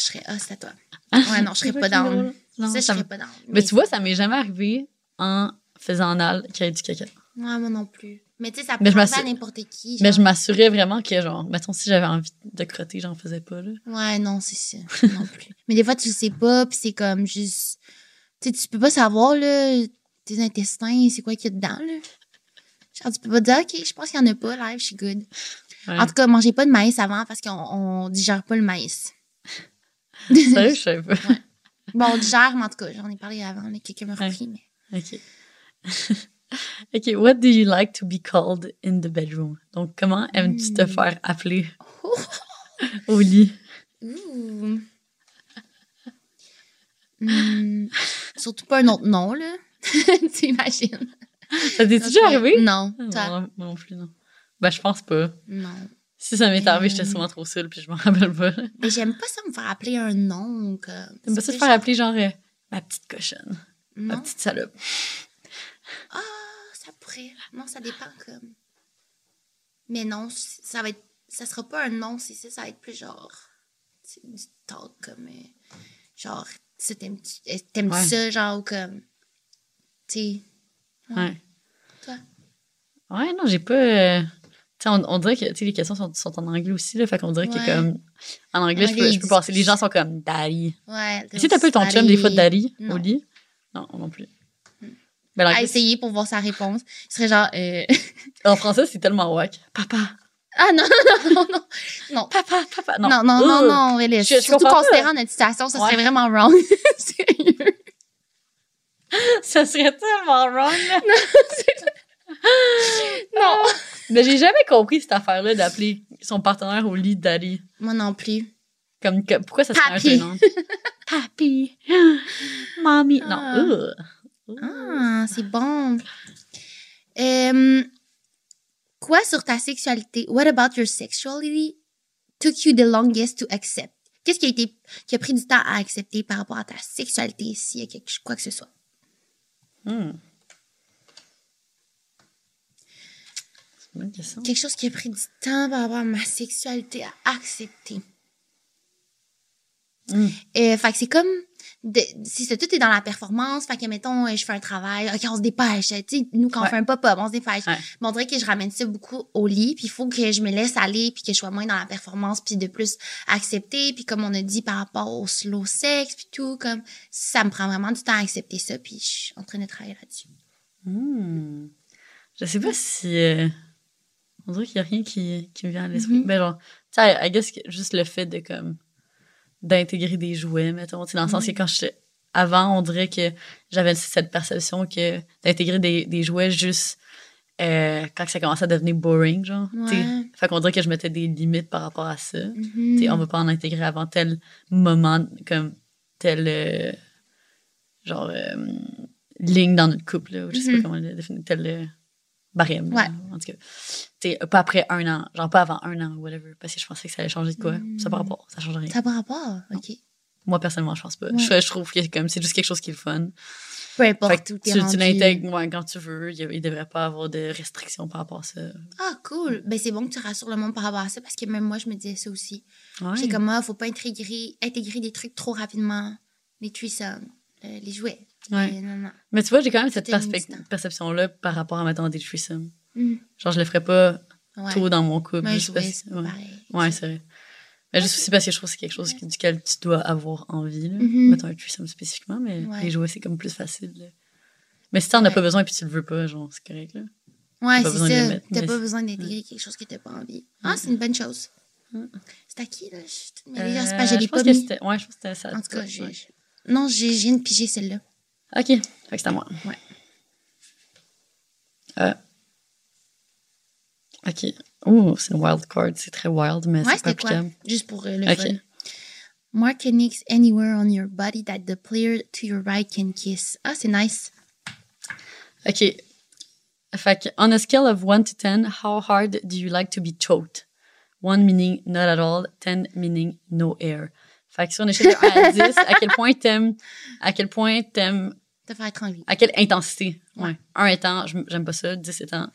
serais. Ah, c'est à toi. Ouais, non, je serais pas down.
Non,
ça, je
ça me-
serais pas down.
Mais tu vois, ça m'est jamais arrivé en faisant anal qu'il y ait du caca.
Ouais, moi non plus. Mais tu sais, ça peut
Mais je
arriver à
m'assure-
n'importe qui.
Mais je
genre.
m'assurais vraiment que, genre, mettons, si j'avais envie de crotter, j'en faisais pas, là.
Ouais, non, c'est ça. non plus. Mais des fois, tu le sais pas, puis c'est comme juste. Tu sais, tu peux pas savoir, là, tes intestins, c'est quoi qu'il y a dedans, là. Genre, tu peux pas dire, OK, je pense qu'il y en a pas, live, je suis good.
Ouais.
En tout cas, mangez pas de maïs avant parce qu'on on digère pas le maïs.
Sérieux, je savais pas.
bon, on digère, mais en tout cas, j'en ai parlé avant, là, quelqu'un m'a repris, mais.
OK. OK, what do you like to be called in the bedroom? Donc, comment aimes-tu te
Hmm.
faire appeler
Oh!
au lit?
Ouh! Hmm, Surtout pas un autre nom, là. tu imagines?
Ça t'est déjà arrivé?
Non.
Ah,
Toi?
Moi, moi non plus, non. Ben, je pense pas.
Non.
Si ça m'est arrivé, j'étais
Hmm.
souvent trop seule puis je m'en rappelle pas. T'aimes
Mais j'aime pas ça me faire appeler un nom. Comme...
pas ça te faire appeler genre euh, ma petite cochonne, ma
Non.
petite salope?
Ah, ça pourrait. Non, ça dépend comme. Mais non, c- ça va être. Ça sera pas un nom, c'est ça, ça va être plus genre. tu sais, Du talk comme. euh, genre, tu sais, t'aimes-tu euh, t'aimes-tu
Ouais.
ça, genre, ou comme. Tu sais. Ouais.
Ouais.
Toi?
Ouais, non, j'ai pas. euh, Tu sais, on, on dirait que tu sais, les questions sont, sont en anglais aussi, là. Fait qu'on dirait que
Ouais.
comme. En anglais,
En
je
anglais,
peux, je
ils
peux passer. Les
disent-
gens sont comme Daddy.
Ouais.
Tu sais, t'appelles ton chum des fois
d'aller
Dari
Non. Mm.
au lit? Non, non plus. Ben,
À
l'anglais,
essayer pour voir sa réponse. Il serait genre. euh,
c'est- en français, c'est tellement wack. Papa,
ah non, non, non, non.
papa, papa. Non,
Non, non, non,
Ugh.
non, Vélis.
Je- je
Surtout
comprends pas.
considérant notre situation, ça serait
Ouais.
vraiment wrong. Sérieux.
Ça serait tellement wrong. là.
Non.
Mais j'ai jamais compris cette affaire-là d'appeler son partenaire au lit Dari.
Moi non plus.
Comme, que- pourquoi ça serait un
Papi.
gênant? Papi. Mommy.
Ah.
Non, ugh. Ugh.
Ah, c'est bon. Euh, quoi sur ta sexualité? What about your sexuality took you the longest to accept? Qu'est-ce qui a été, qui a pris du temps à accepter par rapport à ta sexualité, s'il y a quelque, quoi que ce soit?
Hmm. C'est une bonne question.
Quelque chose qui a pris du temps par rapport à ma sexualité à accepter.
Hmm.
Euh, fait que c'est comme de, si c'est- tout est dans la performance, fait que mettons euh, je fais un travail, ok on se dépêche, tu sais nous quand on
Ouais.
fait un pop-up on se dépêche.
Ouais.
Mais on dirait que je ramène ça beaucoup au lit, puis il faut que je me laisse aller, puis que je sois moins dans la performance, puis de plus accepter, puis comme on a dit par rapport au slow sex puis tout comme ça me prend vraiment du temps à accepter ça, puis je suis en train de travailler là-dessus.
Hmm. Je sais pas si. euh, on dirait qu'il y a rien qui, qui me vient à l'esprit.
Mhm.
Mais genre, tu sais, I guess que juste le fait de comme. d'intégrer des jouets, mettons. Tu sais, dans le sens
Mhm.
que quand j'étais. Avant, on dirait que j'avais cette perception que d'intégrer des, des jouets juste euh, quand ça commençait à devenir boring, genre. tu sais.
Ouais.
Fait qu'on dirait que je mettais des limites par rapport à ça.
Mhm.
T'sais, on va pas en intégrer avant tel moment, comme tel euh, genre euh, ligne dans notre couple, là, ou je sais
Mhm.
pas comment le définir, tel euh, barème.
Ouais.
euh, En tout cas, tu sais, pas après un an, genre pas avant un an, whatever, parce que je pensais que ça allait changer de quoi.
Mm.
Ça par rapport, ça change rien.
Ça n'a pas rapport, OK.
Moi, personnellement, je pense pas.
Ouais.
Je, je trouve que comme, c'est juste quelque chose qui est le fun.
Peu
Fait
importe
que
où
tu,
t'es
tu
rendu.
l'intègres ouais, quand tu veux. Il, y a- il devrait pas avoir de restrictions par rapport à ça.
Ah, cool. Ben, c'est bon que tu rassures le monde par rapport à ça, parce que même moi, je me disais ça aussi.
Ouais.
C'est comme, ah, faut pas intégrer, intégrer des trucs trop rapidement. Les threesomes, euh, les jouets.
Ouais.
les nanas.
Mais tu vois, j'ai quand même cette
C'était
perspec-
instant.
perception-là par rapport à, mettons, des threesomes.
Mm.
Genre, je le ferais pas
Ouais.
tôt dans mon couple.
Mais
je
un
sais pas
jouet,
si-
c'est pas
ouais.
pareil.
Ouais, c'est vrai. Mais juste aussi parce que je trouve que c'est quelque chose qui- duquel tu dois avoir envie. Là.
Mhm.
Mettons un threesome spécifiquement, mais
Ouais.
les jouets, c'est comme plus facile. là. Mais si t'en as
Ouais.
pas besoin et puis tu le veux pas, genre, c'est correct. Là.
Ouais,
pas
c'est
besoin de le
ça.
mettre, mais
T'as pas
c'est-
besoin d'intégrer quelque chose que t'as pas envie. Ah, c'est une bonne chose. Hum.
Mm.
C'est à qui, là? Je suis toute
Euh,
mêlée, genre, c'est pas, je l'ai
pense
pas
que
mis.
c'était. Ouais, je pense que c'était ça.
En tout cas, j'ai...
Ouais.
Non, j'ai j'ai une pigée, celle-là.
Ah, Ok, fait que c'est à moi.
Ouais.
Euh. Ok. Oh, c'est une wild card. C'est très wild, mais
Ouais,
c'est pas
c'était quoi?
applicable.
Juste pour euh, le
Ok.
fun. Mark Knicks anywhere on your body that the player to your right can kiss. Ah, c'est nice.
OK. Fait que, on a scale of 1 to 10, how hard do you like to be choked? 1 meaning not at all, 10 meaning no air. Fait que sur une échelle de 1 à 10, à quel point t'aimes, à quel point t'aimes,
Te faire étrangler.
à quelle intensité? Ouais. 1 étant, j'm- j'aime pas ça, 10 étant,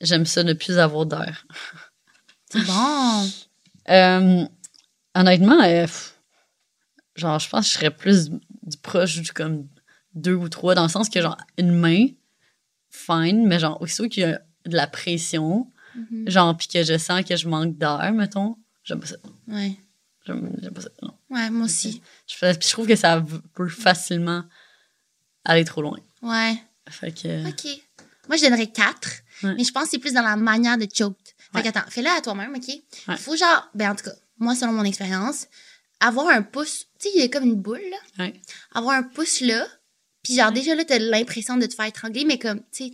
j'aime ça ne plus avoir d'air.
C'est
Ah.
bon.
Euh, honnêtement, euh, pff, genre, je pense que je serais plus du proche du comme deux ou trois, dans le sens que, genre, une main, fine, mais genre, aussitôt qu'il y a de la pression,
Mhm.
genre, puis que je sens que je manque d'air, mettons, j'aime pas ça.
Ouais.
J'aime j'aime pas ça. Non.
Ouais, moi aussi.
Je, fais- puis je trouve que ça v- peut facilement aller trop loin.
Ouais.
Fait que. euh,
OK. Moi, je donnerais 4,
Ah. Ouais.
mais je pense que c'est plus dans la manière de choke. Fait
Ouais.
qu'attends, fais-le à toi-même, OK?
Ouais.
Faut genre, ben en tout cas, moi, selon mon expérience, avoir un pouce, tu sais, il y a comme une boule, là.
Ouais.
Avoir un pouce là, puis genre, déjà là, t'as l'impression de te faire étrangler, mais comme, tu sais,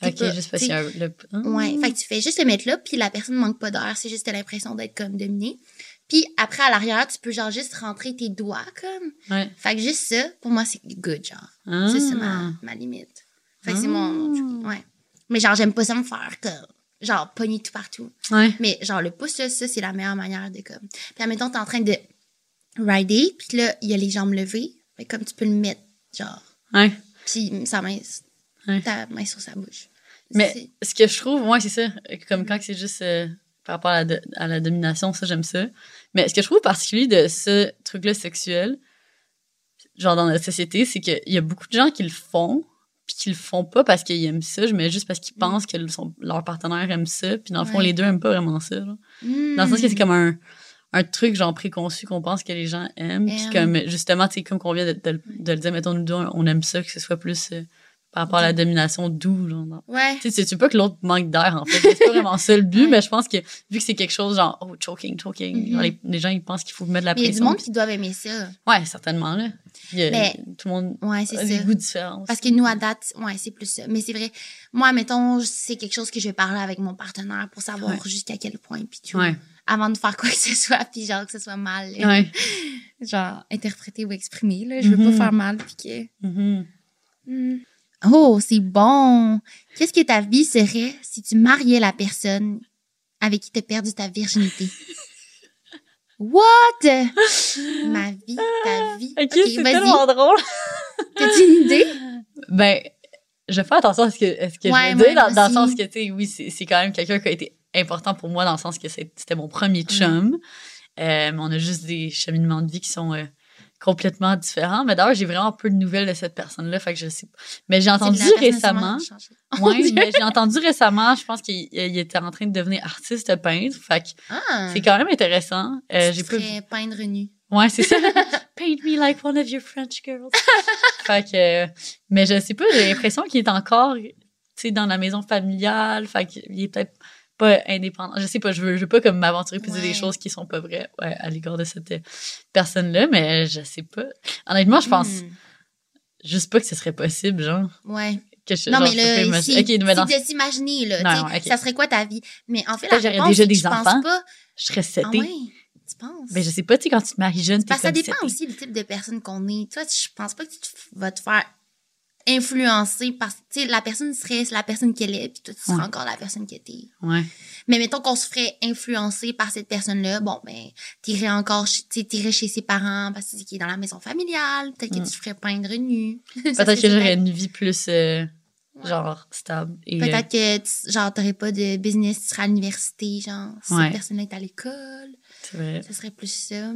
t'es
Ok,
pas-
juste parce qu'il
t'sais,
y a un- le- hein? Mm.
Ouais, fait que tu fais juste le mettre là, puis la personne manque pas d'air, c'est juste t'as l'impression d'être comme dominée. Puis après, à l'arrière, tu peux genre juste rentrer tes doigts, comme.
Ouais.
Fait que juste ça, pour moi, c'est good, genre.
Ah.
Ça, c'est ma, ma limite. Fait que c'est
Ah.
mon. mon truc, Ouais. Mais genre, j'aime pas ça me faire comme. Genre, pogner tout partout.
Ah. Ouais.
Mais genre, le pouce, là, ça, c'est la meilleure manière de comme. Puis admettons, t'es en train de rider, puis là, il y a les jambes levées. Fait que comme tu peux le mettre, genre.
Ouais.
Puis sa main.
Ouais.
Ta main sur sa bouche.
Mais
C'est-
ce que je trouve, moi, c'est ça. Comme quand c'est juste euh, par rapport à la, do- à la domination, ça, j'aime ça. Mais ce que je trouve particulier de ce truc-là sexuel, genre dans notre société, c'est qu'il y a beaucoup de gens qui le font, puis qui le font pas parce qu'ils aiment ça, mais juste parce qu'ils pensent que le- son- leur partenaire aime ça, puis dans le fond,
Mm. Ouais. Mm.
les deux aiment pas vraiment ça. genre. Dans le sens que c'est comme un, un truc, genre, préconçu qu'on pense que les gens aiment, puis
Aiment.
comme, justement, tu sais, comme qu'on vient de, de- de le dire, mettons, nous deux, on aime ça, que ce soit plus euh, par rapport à
Mm.
la domination doux, genre, dans-
Ouais.
tu sais, tu veux pas que l'autre manque d'air, en fait. C'est pas vraiment ça le but,
Ouais.
mais je pense que vu que c'est quelque chose genre, oh, choking, choking,
Mhm.
genre, les, les gens, ils pensent qu'il faut mettre de la
Mais il y a du
pression.
monde qui doivent aimer ça.
puis- Ouais, certainement, là. Il y a-
Mais-
tout le monde
Ouais, c'est
a des
ça.
goûts différents.
Parce que nous, à date, ouais, c'est plus ça. Mais c'est vrai, moi, mettons, c'est quelque chose que je vais parler avec mon partenaire pour savoir
Ouais.
jusqu'à quel point, puis tout.
Ouais,
Avant de faire quoi que ce soit, puis genre que ce soit mal, euh,
ouais.
genre interprété ou exprimé, là. Je veux
Mhm.
pas faire mal, puis que...
Mhm.
Hmm. Oh, c'est bon! Qu'est-ce que ta vie serait si tu mariais la personne avec qui t'as perdu ta virginité? What? Ma vie, ta vie.
Ah, Ok, c'est
vas-y.
tellement drôle.
T'as-tu une idée?
Ben, je fais attention à ce que, à ce que
Ouais,
je veux dire,
moi
dans, dans le
aussi.
sens que, tu sais, oui, c'est c'est quand même quelqu'un qui a été important pour moi, dans le sens que c'est- c'était mon
Mm.
premier chum. Euh, mais on a juste des cheminements de vie qui sont euh, complètement différents. Mais d'ailleurs, j'ai vraiment peu de nouvelles de cette personne-là, fait que je sais pas. Mais j'ai entendu
C'est de la personne Oh
récemment.
qui a changé.
Ouais, mais j'ai entendu récemment, je pense qu'il il était en train de devenir artiste peintre. Fait que
Ah!
c'est quand même intéressant. Euh,
Tu
j'ai
te
pas vu-
ferais peindre nu.
Ouais, c'est ça. Paint me like one of your French girls. fait que, mais je sais pas, j'ai l'impression qu'il est encore, tu sais, dans la maison familiale. Fait qu'il est peut-être pas indépendant. Je sais pas, je veux, je veux pas comme m'aventurer puis dire
Ouais.
des choses qui sont pas vraies ouais, à l'égard de cette euh, personne-là, mais je sais pas. Honnêtement, je pense
Hmm.
juste pas que ce serait possible, genre.
Ouais.
Que je,
Non,
genre,
mais
je peux pas
là,
imaginer-
ici,
Ok, mais dans-
c'est de s'imaginer, là.
Non,
tu sais,
ouais, ok.
Ça serait quoi ta vie? Mais en fait, la
Peut-être j'aurais
réponse,
déjà
c'est que
des
je pense
enfants.
pas.
je serais setée.
Ah ouais? Tu penses?
Mais je sais pas, tu sais, quand tu te maries jeune, t'es
Parce que ça
comme
dépend
setée.
aussi du type de personne qu'on est. Toi, je pense pas que tu te f- vas te faire influencé par, tu sais, la personne serait la personne qu'elle est, puis toi, tu serais
Ouais.
encore la personne que t'es.
Ouais.
Mais mettons qu'on se ferait influencer par cette personne-là, bon, ben, t'irais encore, chez- tu sais, t'irais chez ses parents parce qu'il est dans la maison familiale, peut-être
Mm.
que tu ferais peindre nu. Ça,
Peut-être que
c'est peut-être-
j'aurais une vie plus, euh,
Ouais.
genre, stable. Et, euh,
Peut-être que, tu- genre, t'aurais pas de business, tu serais à l'université, genre, si
Ouais.
cette personne-là est à l'école,
c'est vrai.
ça serait plus ça.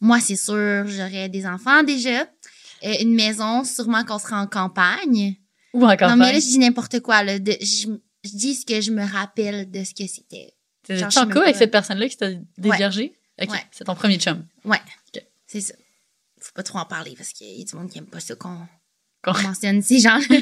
Moi, c'est sûr, j'aurais des enfants déjà, euh, une maison, sûrement qu'on serait en campagne.
Ou en
Non, mais là,
campagne.
je dis n'importe quoi, là. De- je, je dis ce que je me rappelle de ce que c'était.
T'es
genre,
en
je sais
couple
même
avec
pas.
cette personne-là qui t'a déviergé? Ok,
Ouais.
c'est ton premier chum.
C'est ça. Faut pas trop en parler parce qu'il y a du monde qui aime pas ça qu'on
Qu'on-
qu'on mentionne ces gens-là.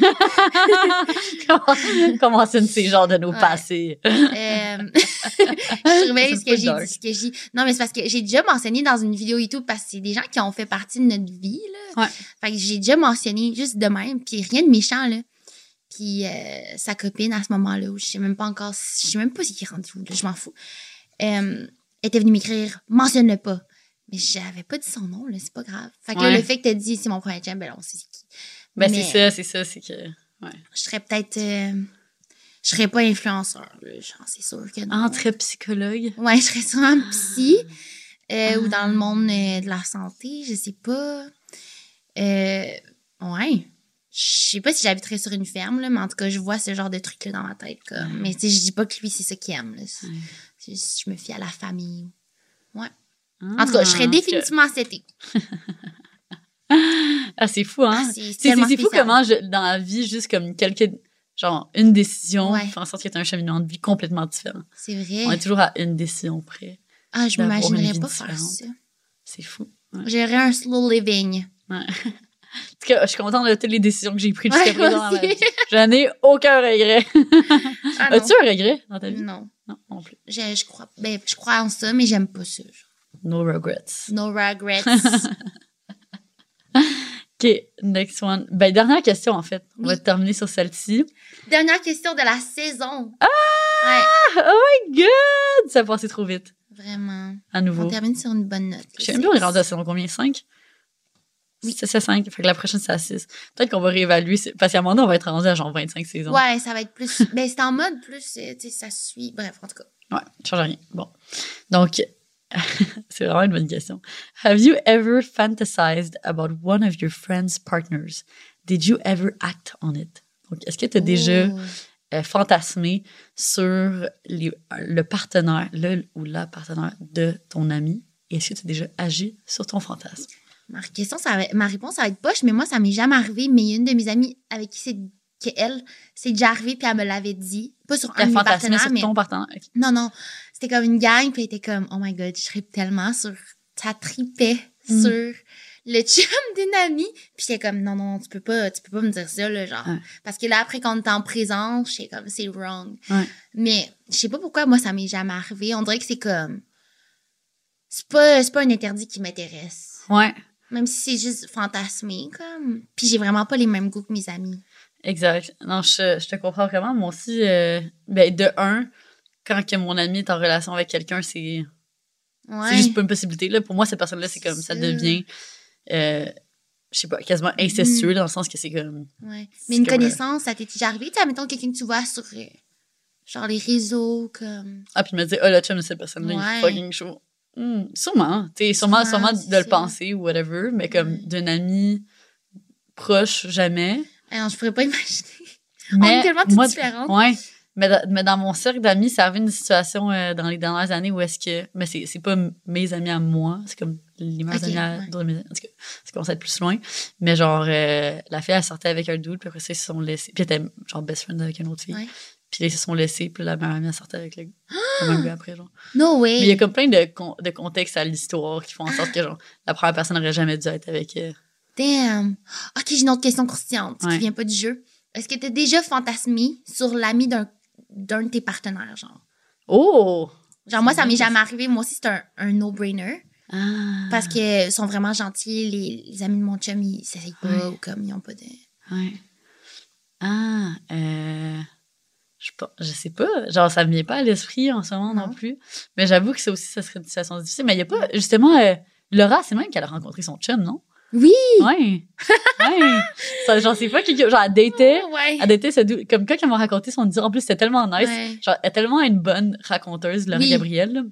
Comment- Comment c'est ces genres de nos
Ouais.
passés?
Euh, je surveille
C'est
ce
pas
que j'ai
dark.
dit, ce que j'ai. Non, mais c'est parce que j'ai déjà mentionné dans une vidéo YouTube parce que c'est des gens qui ont fait partie de notre vie, là.
Ouais.
Fait que j'ai déjà mentionné juste de même, puis rien de méchant, là. Puis euh, sa copine à ce moment-là, où je sais même pas encore, si- je sais même pas si qui est rendu où, là, je m'en fous. Euh, était venue m'écrire, mentionne-le pas. Mais j'avais pas dit son nom, là, c'est pas grave. Fait que là,
Ouais.
le fait que t'as dit c'est mon premier jam, ben là, on sait c'est qui.
Ben,
Mais-
c'est ça, c'est ça, c'est que.
Je serais peut-être. euh, je serais pas influenceur, là, genre, c'est sûr que non.
Entre psychologue.
Ouais, je serais sûrement psy euh, ou
Ah.
dans le monde euh, de la santé, je sais pas. Euh, ouais. Je sais pas si j'habiterais sur une ferme, là, mais en tout cas, je vois ce genre de truc-là dans ma tête. Comme.
Ouais.
Mais tu sais, je dis pas que lui, c'est ça qu'il aime. Là. C'est-
Ah. Ouais.
c'est juste, je me fie à la famille. En tout cas, je serais définitivement cet
Ah, c'est fou, hein?
c'est
C'est- c'est
tellement
c'est fou
spécial.
comment, je- dans la vie, juste comme quelques. Genre, une décision
Ouais.
fait en sorte que tu un cheminement de vie complètement différent.
C'est vrai.
On est toujours à une décision près.
Ah, je
d'avoir une
m'imaginerais
vie
pas faire
différente.
ça.
C'est fou. Ouais. En
J'aurais un slow living.
tout cas, je suis contente de toutes les décisions que j'ai prises
Ouais,
jusqu'à présent
moi
dans ma
aussi.
vie. J'en ai aucun regret.
Ah, non. Mm.
As-tu un regret dans ta vie?
Non.
Non, non plus.
Je, je crois, ben, je crois en ça, mais j'aime pas ça. genre.
No regrets.
No regrets.
OK, next one. Ben, dernière question, en fait. On va
Oui.
terminer sur celle-ci.
Dernière question de la saison. Ah!
Ah, Ça a passé trop vite,
Ouais, vraiment.
à
On
nouveau.
termine sur une bonne note.
Je sais même plus, on est rendu à la saison combien? 5?
Oui.
Oui. C'est 5. Fait que la prochaine, c'est à 6. Peut-être qu'on va réévaluer. c'est- Parce qu'à un moment donné, on va être rendu à genre 25 saisons.
Ouais, ça va être plus. ben, c'est en mode plus, euh, tu sais, ça suit. Bref, en tout cas.
Ouais, ça change rien. Bon. Donc, c'est vraiment une bonne question. Have you ever fantasized about one of your friend's partners? Did you ever act on it? Donc, est-ce que tu as déjà
Oh.
euh, fantasmer sur les- le partenaire, le ou la partenaire de ton ami. Et Est-ce que tu as déjà agi sur ton fantasme?
Ma, question, ça va- ma réponse, ça va être poche, mais moi, ça m'est jamais arrivé. Mais il y a une de mes amies avec qui c'est. que elle, c'est déjà arrivé, puis elle me l'avait dit. Pas sur un
T'as
de Ah, mes
fantasmé
partenaires,
sur
mais.
ton partenaire? Ok.
Non, non. C'était comme une gang, puis elle était comme, oh my god, je tripe tellement sur. Ça tripait
Mm.
sur le chum d'une amie. Puis j'étais comme, non, non, tu peux pas, tu peux pas me dire ça, là, genre.
Ouais.
Parce que là, après, quand on est en présence, j'étais comme, c'est wrong.
Ouais.
Mais je sais pas pourquoi, moi, ça m'est jamais arrivé. On dirait que c'est comme. C'est pas, c'est pas un interdit qui m'intéresse.
Ouais,
Même si c'est juste fantasmé, comme. Puis j'ai vraiment pas les mêmes goûts que mes amis.
exact. Non, je, je te comprends vraiment. Moi aussi, euh, ben, de un, quand que mon ami est en relation avec quelqu'un, c'est
Ouais.
c'est juste pas une possibilité. Là. Pour moi, cette personne-là, c'est comme ça
C'est ça.
devient, euh, je sais pas, quasiment incestueux
Mm.
dans le sens que c'est comme.
Ouais.
C'est
Mais une
comme, euh,
connaissance, ça t'est déjà arrivé? Tu sais, mettons quelqu'un que tu vois sur euh, genre les réseaux, comme.
Ah, puis il me dit, oh, le chum de cette personne-là, il
Ouais.
est fucking chaud. Hmm, sûrement. Tu sais, sûrement,
Sûrement,
sûrement
c'est
de le
ça.
penser ou whatever, mais comme
Ouais.
d'une amie proche, jamais.
Ah non, je pourrais pas imaginer. On
Mais
est tellement toutes
moi,
différentes.
Ouais. Mais, dans- mais dans mon cercle d'amis, ça arrive une situation euh, dans les dernières années où est-ce que. Mais c'est c'est pas m- mes amis à moi, c'est comme les meilleurs
Ok,
amis à
ouais.
d'autres de mes amis. En tout cas, ça commence à être plus loin. Mais genre, euh, la fille, elle sortait avec un dude, puis après ça, ils se sont laissés. Puis elle était genre best friend avec une autre fille.
Ouais.
Puis là, ils se sont laissés, puis la meilleure amie, elle sortait avec le, le
Ah!
même gars après, genre.
No way.
Mais il y a comme plein de, con- de contextes à l'histoire qui font en sorte que genre, la première personne n'aurait jamais dû être avec euh, elle.
Damn. Ok, j'ai une autre question croustillante
Ouais.
qui vient pas du jeu. Est-ce que t'as déjà fantasmé sur l'ami d'un d'un de tes partenaires, genre?
Oh!
Genre, moi,
C'est
ça
une
m'est
bonne
jamais arrivé. Moi aussi, c'est un, un no-brainer.
Ah!
Parce que ils sont vraiment gentils. Les, les amis de mon chum, ils s'essayent pas
Ouais.
ou comme ils ont pas de.
Ouais. Ah! Euh... Je, sais pas- je sais pas. Genre, ça me vient pas à l'esprit en ce moment non,
Non.
plus. Mais j'avoue que ça aussi, ça serait une situation difficile. Mais il y a pas... Justement, euh, Laura, c'est même qu'elle a rencontré son chum, non?
Oui!
Ouais! ouais! Ça, genre, c'est fucking cute. Genre, elle datait.
Ouais.
Elle datait ce dude- Comme quand elle m'a raconté son dire, en plus, c'était tellement nice.
Ouais.
Genre, elle est tellement une bonne raconteuse, Laurie
Oui.
Gabrielle. là.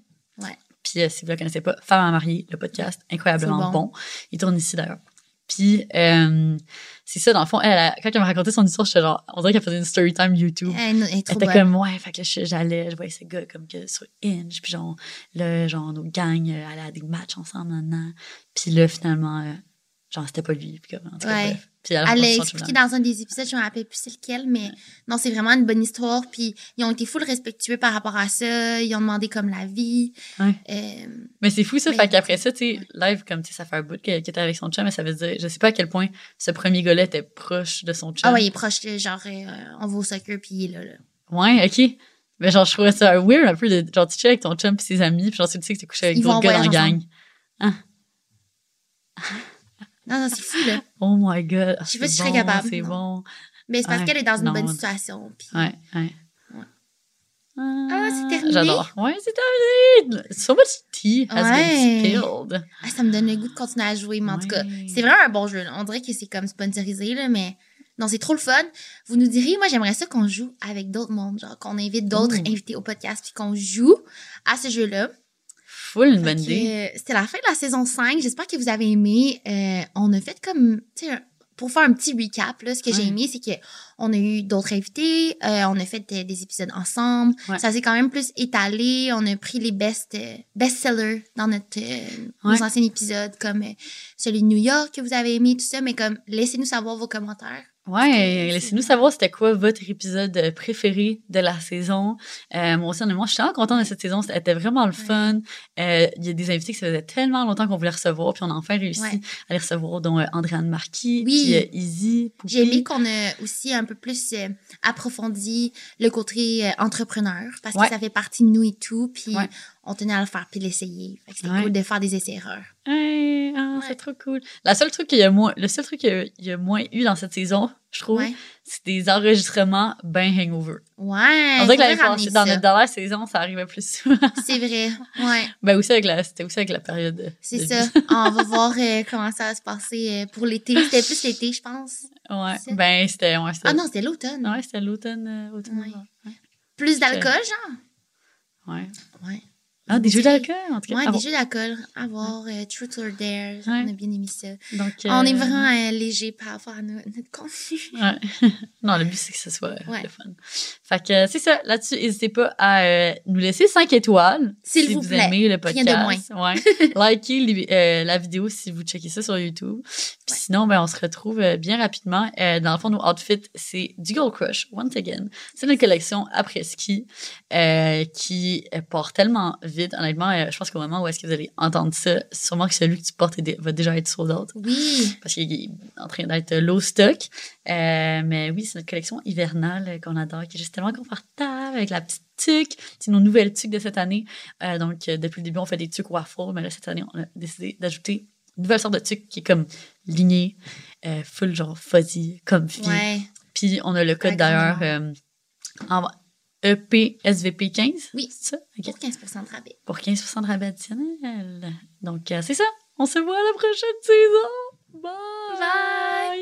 Ouais.
Puis, euh, si vous la connaissez pas, Femme à marier, le podcast, incroyablement
C'est
bon. Il tourne ici d'ailleurs. Puis, euh, c'est ça, dans le fond, elle, elle- quand elle m'a raconté son histoire, j'étais genre, on dirait qu'elle faisait une story time YouTube.
Eh, Elle, elle est
Elle
trop
était
bonne.
comme, ouais, fait que je- j'allais, je voyais ce gars comme que sur Inge, puis genre, là, genre, nos gangs euh, allaient à des matchs ensemble, maintenant. Puis là, finalement, euh, genre, c'était pas lui, puis comme, en tout cas,
Ouais.
bref. Puis elle,
Elle
raconte
l'a
son chum
expliqué dans un des épisodes, je me rappelle plus c'est lequel, mais non, c'est vraiment une bonne histoire. Puis ils ont été full respectueux par rapport à ça. Ils ont demandé comme la vie.
Ouais.
Euh,
Mais c'est fou ça,
Mais-
fait qu'après ça, tu sais, live, comme tu sais, ça fait un bout qu'elle qu'elle était avec son chum, mais ça veut dire, je sais pas à quel point ce premier gars-là était proche de son chum.
ah ouais, il est proche, là, genre, euh, on va au soccer, puis il est là. là.
Ouais, ok. Mais genre, je trouvais ça weird un peu de, genre, tu chill avec ton chum pis ses amis, pis genre, tu sais que t'es couché avec
Ils vont
d'autres
en
gars dans la
voyage
gang.
Non, non, c'est fou, là.
Oh my god.
Je sais pas
c'est
si je serais
bon,
capable,
C'est
non.
bon.
Mais c'est parce
Ouais,
qu'elle est dans une
non, Ah.
bonne
on-
situation. Puis...
Ouais, ouais.
Ouais.
Ah,
c'est terminé?
J'adore. Ouais, c'est terminé. So much tea has been
Ouais.
spilled.
Ah, ça me donne le goût de continuer à jouer, mais en tout cas,
Ouais.
c'est vraiment un bon jeu. là. On dirait que c'est comme sponsorisé, là, mais non, c'est trop le fun. Vous nous direz, moi, j'aimerais ça qu'on joue avec d'autres mondes, genre qu'on invite d'autres
Ouh.
invités au podcast, puis qu'on joue à ce jeu-là.
Full une
Fait
bonne
que,
idée.
euh, C'était la fin de la saison 5. J'espère que vous avez aimé. Euh, on a fait comme, tu sais, un- pour faire un petit recap, là, ce que j'ai
Ouais.
aimé, c'est que on a eu d'autres invités, euh, on a fait des, des épisodes ensemble.
Ouais.
Ça s'est quand même plus étalé. On a pris les best, euh, best-sellers dans notre, euh,
Ouais.
nos anciens épisodes, comme euh, celui de New York que vous avez aimé, tout ça. Mais comme, laissez-nous savoir vos commentaires.
Ouais,
c'est-
laissez-nous savoir c'était quoi votre épisode euh, préféré de la saison. Euh, moi aussi, honnêtement, je suis tellement contente de cette saison. C'était était vraiment le
Ouais.
fun. Euh, Il y a des invités que ça faisait tellement longtemps qu'on voulait recevoir, puis on a enfin réussi
Ouais.
à les recevoir, dont euh, Andréane Marquis,
Oui.
puis euh, Izzy, Poupie.
J'ai aimé qu'on a aussi un peu plus euh, approfondi le côté euh, entrepreneur parce
Ouais.
que ça fait partie de nous et tout. Puis
Ouais.
on tenait à le faire puis l'essayer. Fait que c'était
Ouais.
cool de faire des essais-erreurs.
Ouais, ah,
Ouais.
c'est trop cool. La seule truc qu'il y a moins, le seul truc qu'il y a- il y a moins eu dans cette saison, je trouve,
Ouais.
c'est des enregistrements ben hangover.
Ouais.
on dirait que l'année
faudrait
passée,
ramener
dans
ça.
notre dernière saison, ça arrivait plus souvent.
C'est vrai. Ouais,
ben aussi avec la, c'était aussi avec la période. de-
c'est
de
ça. on va voir euh, comment ça va se passer euh, pour l'été. C'était plus l'été, je pense.
Ouais,
C'est-
ben c'était. Ouais, c'était-
Ah non, c'était l'automne.
Ouais, c'était l'automne. euh, automne,
Ouais.
ouais.
Plus d'alcool, genre.
Ouais.
Ouais.
Ah, des jeux d'alcool, en tout cas.
Ouais,
Ah
des
bon.
jeux d'alcool. À voir. euh, Truth or Dare. On a bien aimé ça.
Donc,
On est
euh,
vraiment euh, léger par rapport à no- notre contenu.
Ouais. non, le but, c'est que ce soit euh,
Ouais.
le fun. Fait que euh, c'est ça. Là-dessus, n'hésitez pas à euh, nous laisser 5 étoiles.
S'il
si
vous
vous
plaît.
aimez le
Rien
podcast. Ouais. Likez li- euh, la vidéo si vous checkez ça sur YouTube. Puis sinon, ben, on se retrouve euh, bien rapidement. Euh, dans le fond, nos outfits, c'est du Gold Crush, once again. C'est notre collection après-ski euh, qui euh, part tellement vite. Honnêtement, euh, je pense qu'au moment où est-ce que vous allez entendre ça, sûrement que celui que tu portes est dé- va déjà être sold out
Oui.
parce qu'il est en train d'être low stock. Euh, mais oui, c'est notre collection hivernale qu'on adore, qui est juste tellement confortable avec la petite tuque. C'est nos nouvelles tuques de cette année. Euh, donc, euh, depuis le début, on fait des tuques waffle, mais là, cette année, on a décidé d'ajouter une nouvelle sorte de tuque qui est comme lignée, euh, full genre fuzzy, comfy.
Ouais.
Puis, on a le code
Agréable.
d'ailleurs euh, en E EPSVP15.
Oui.
C'est ça? OK.
Pour 15 de rabais.
Pour 15 de rabais additionnel. Donc, euh, c'est ça. On se voit à la prochaine saison. Bye!
Bye!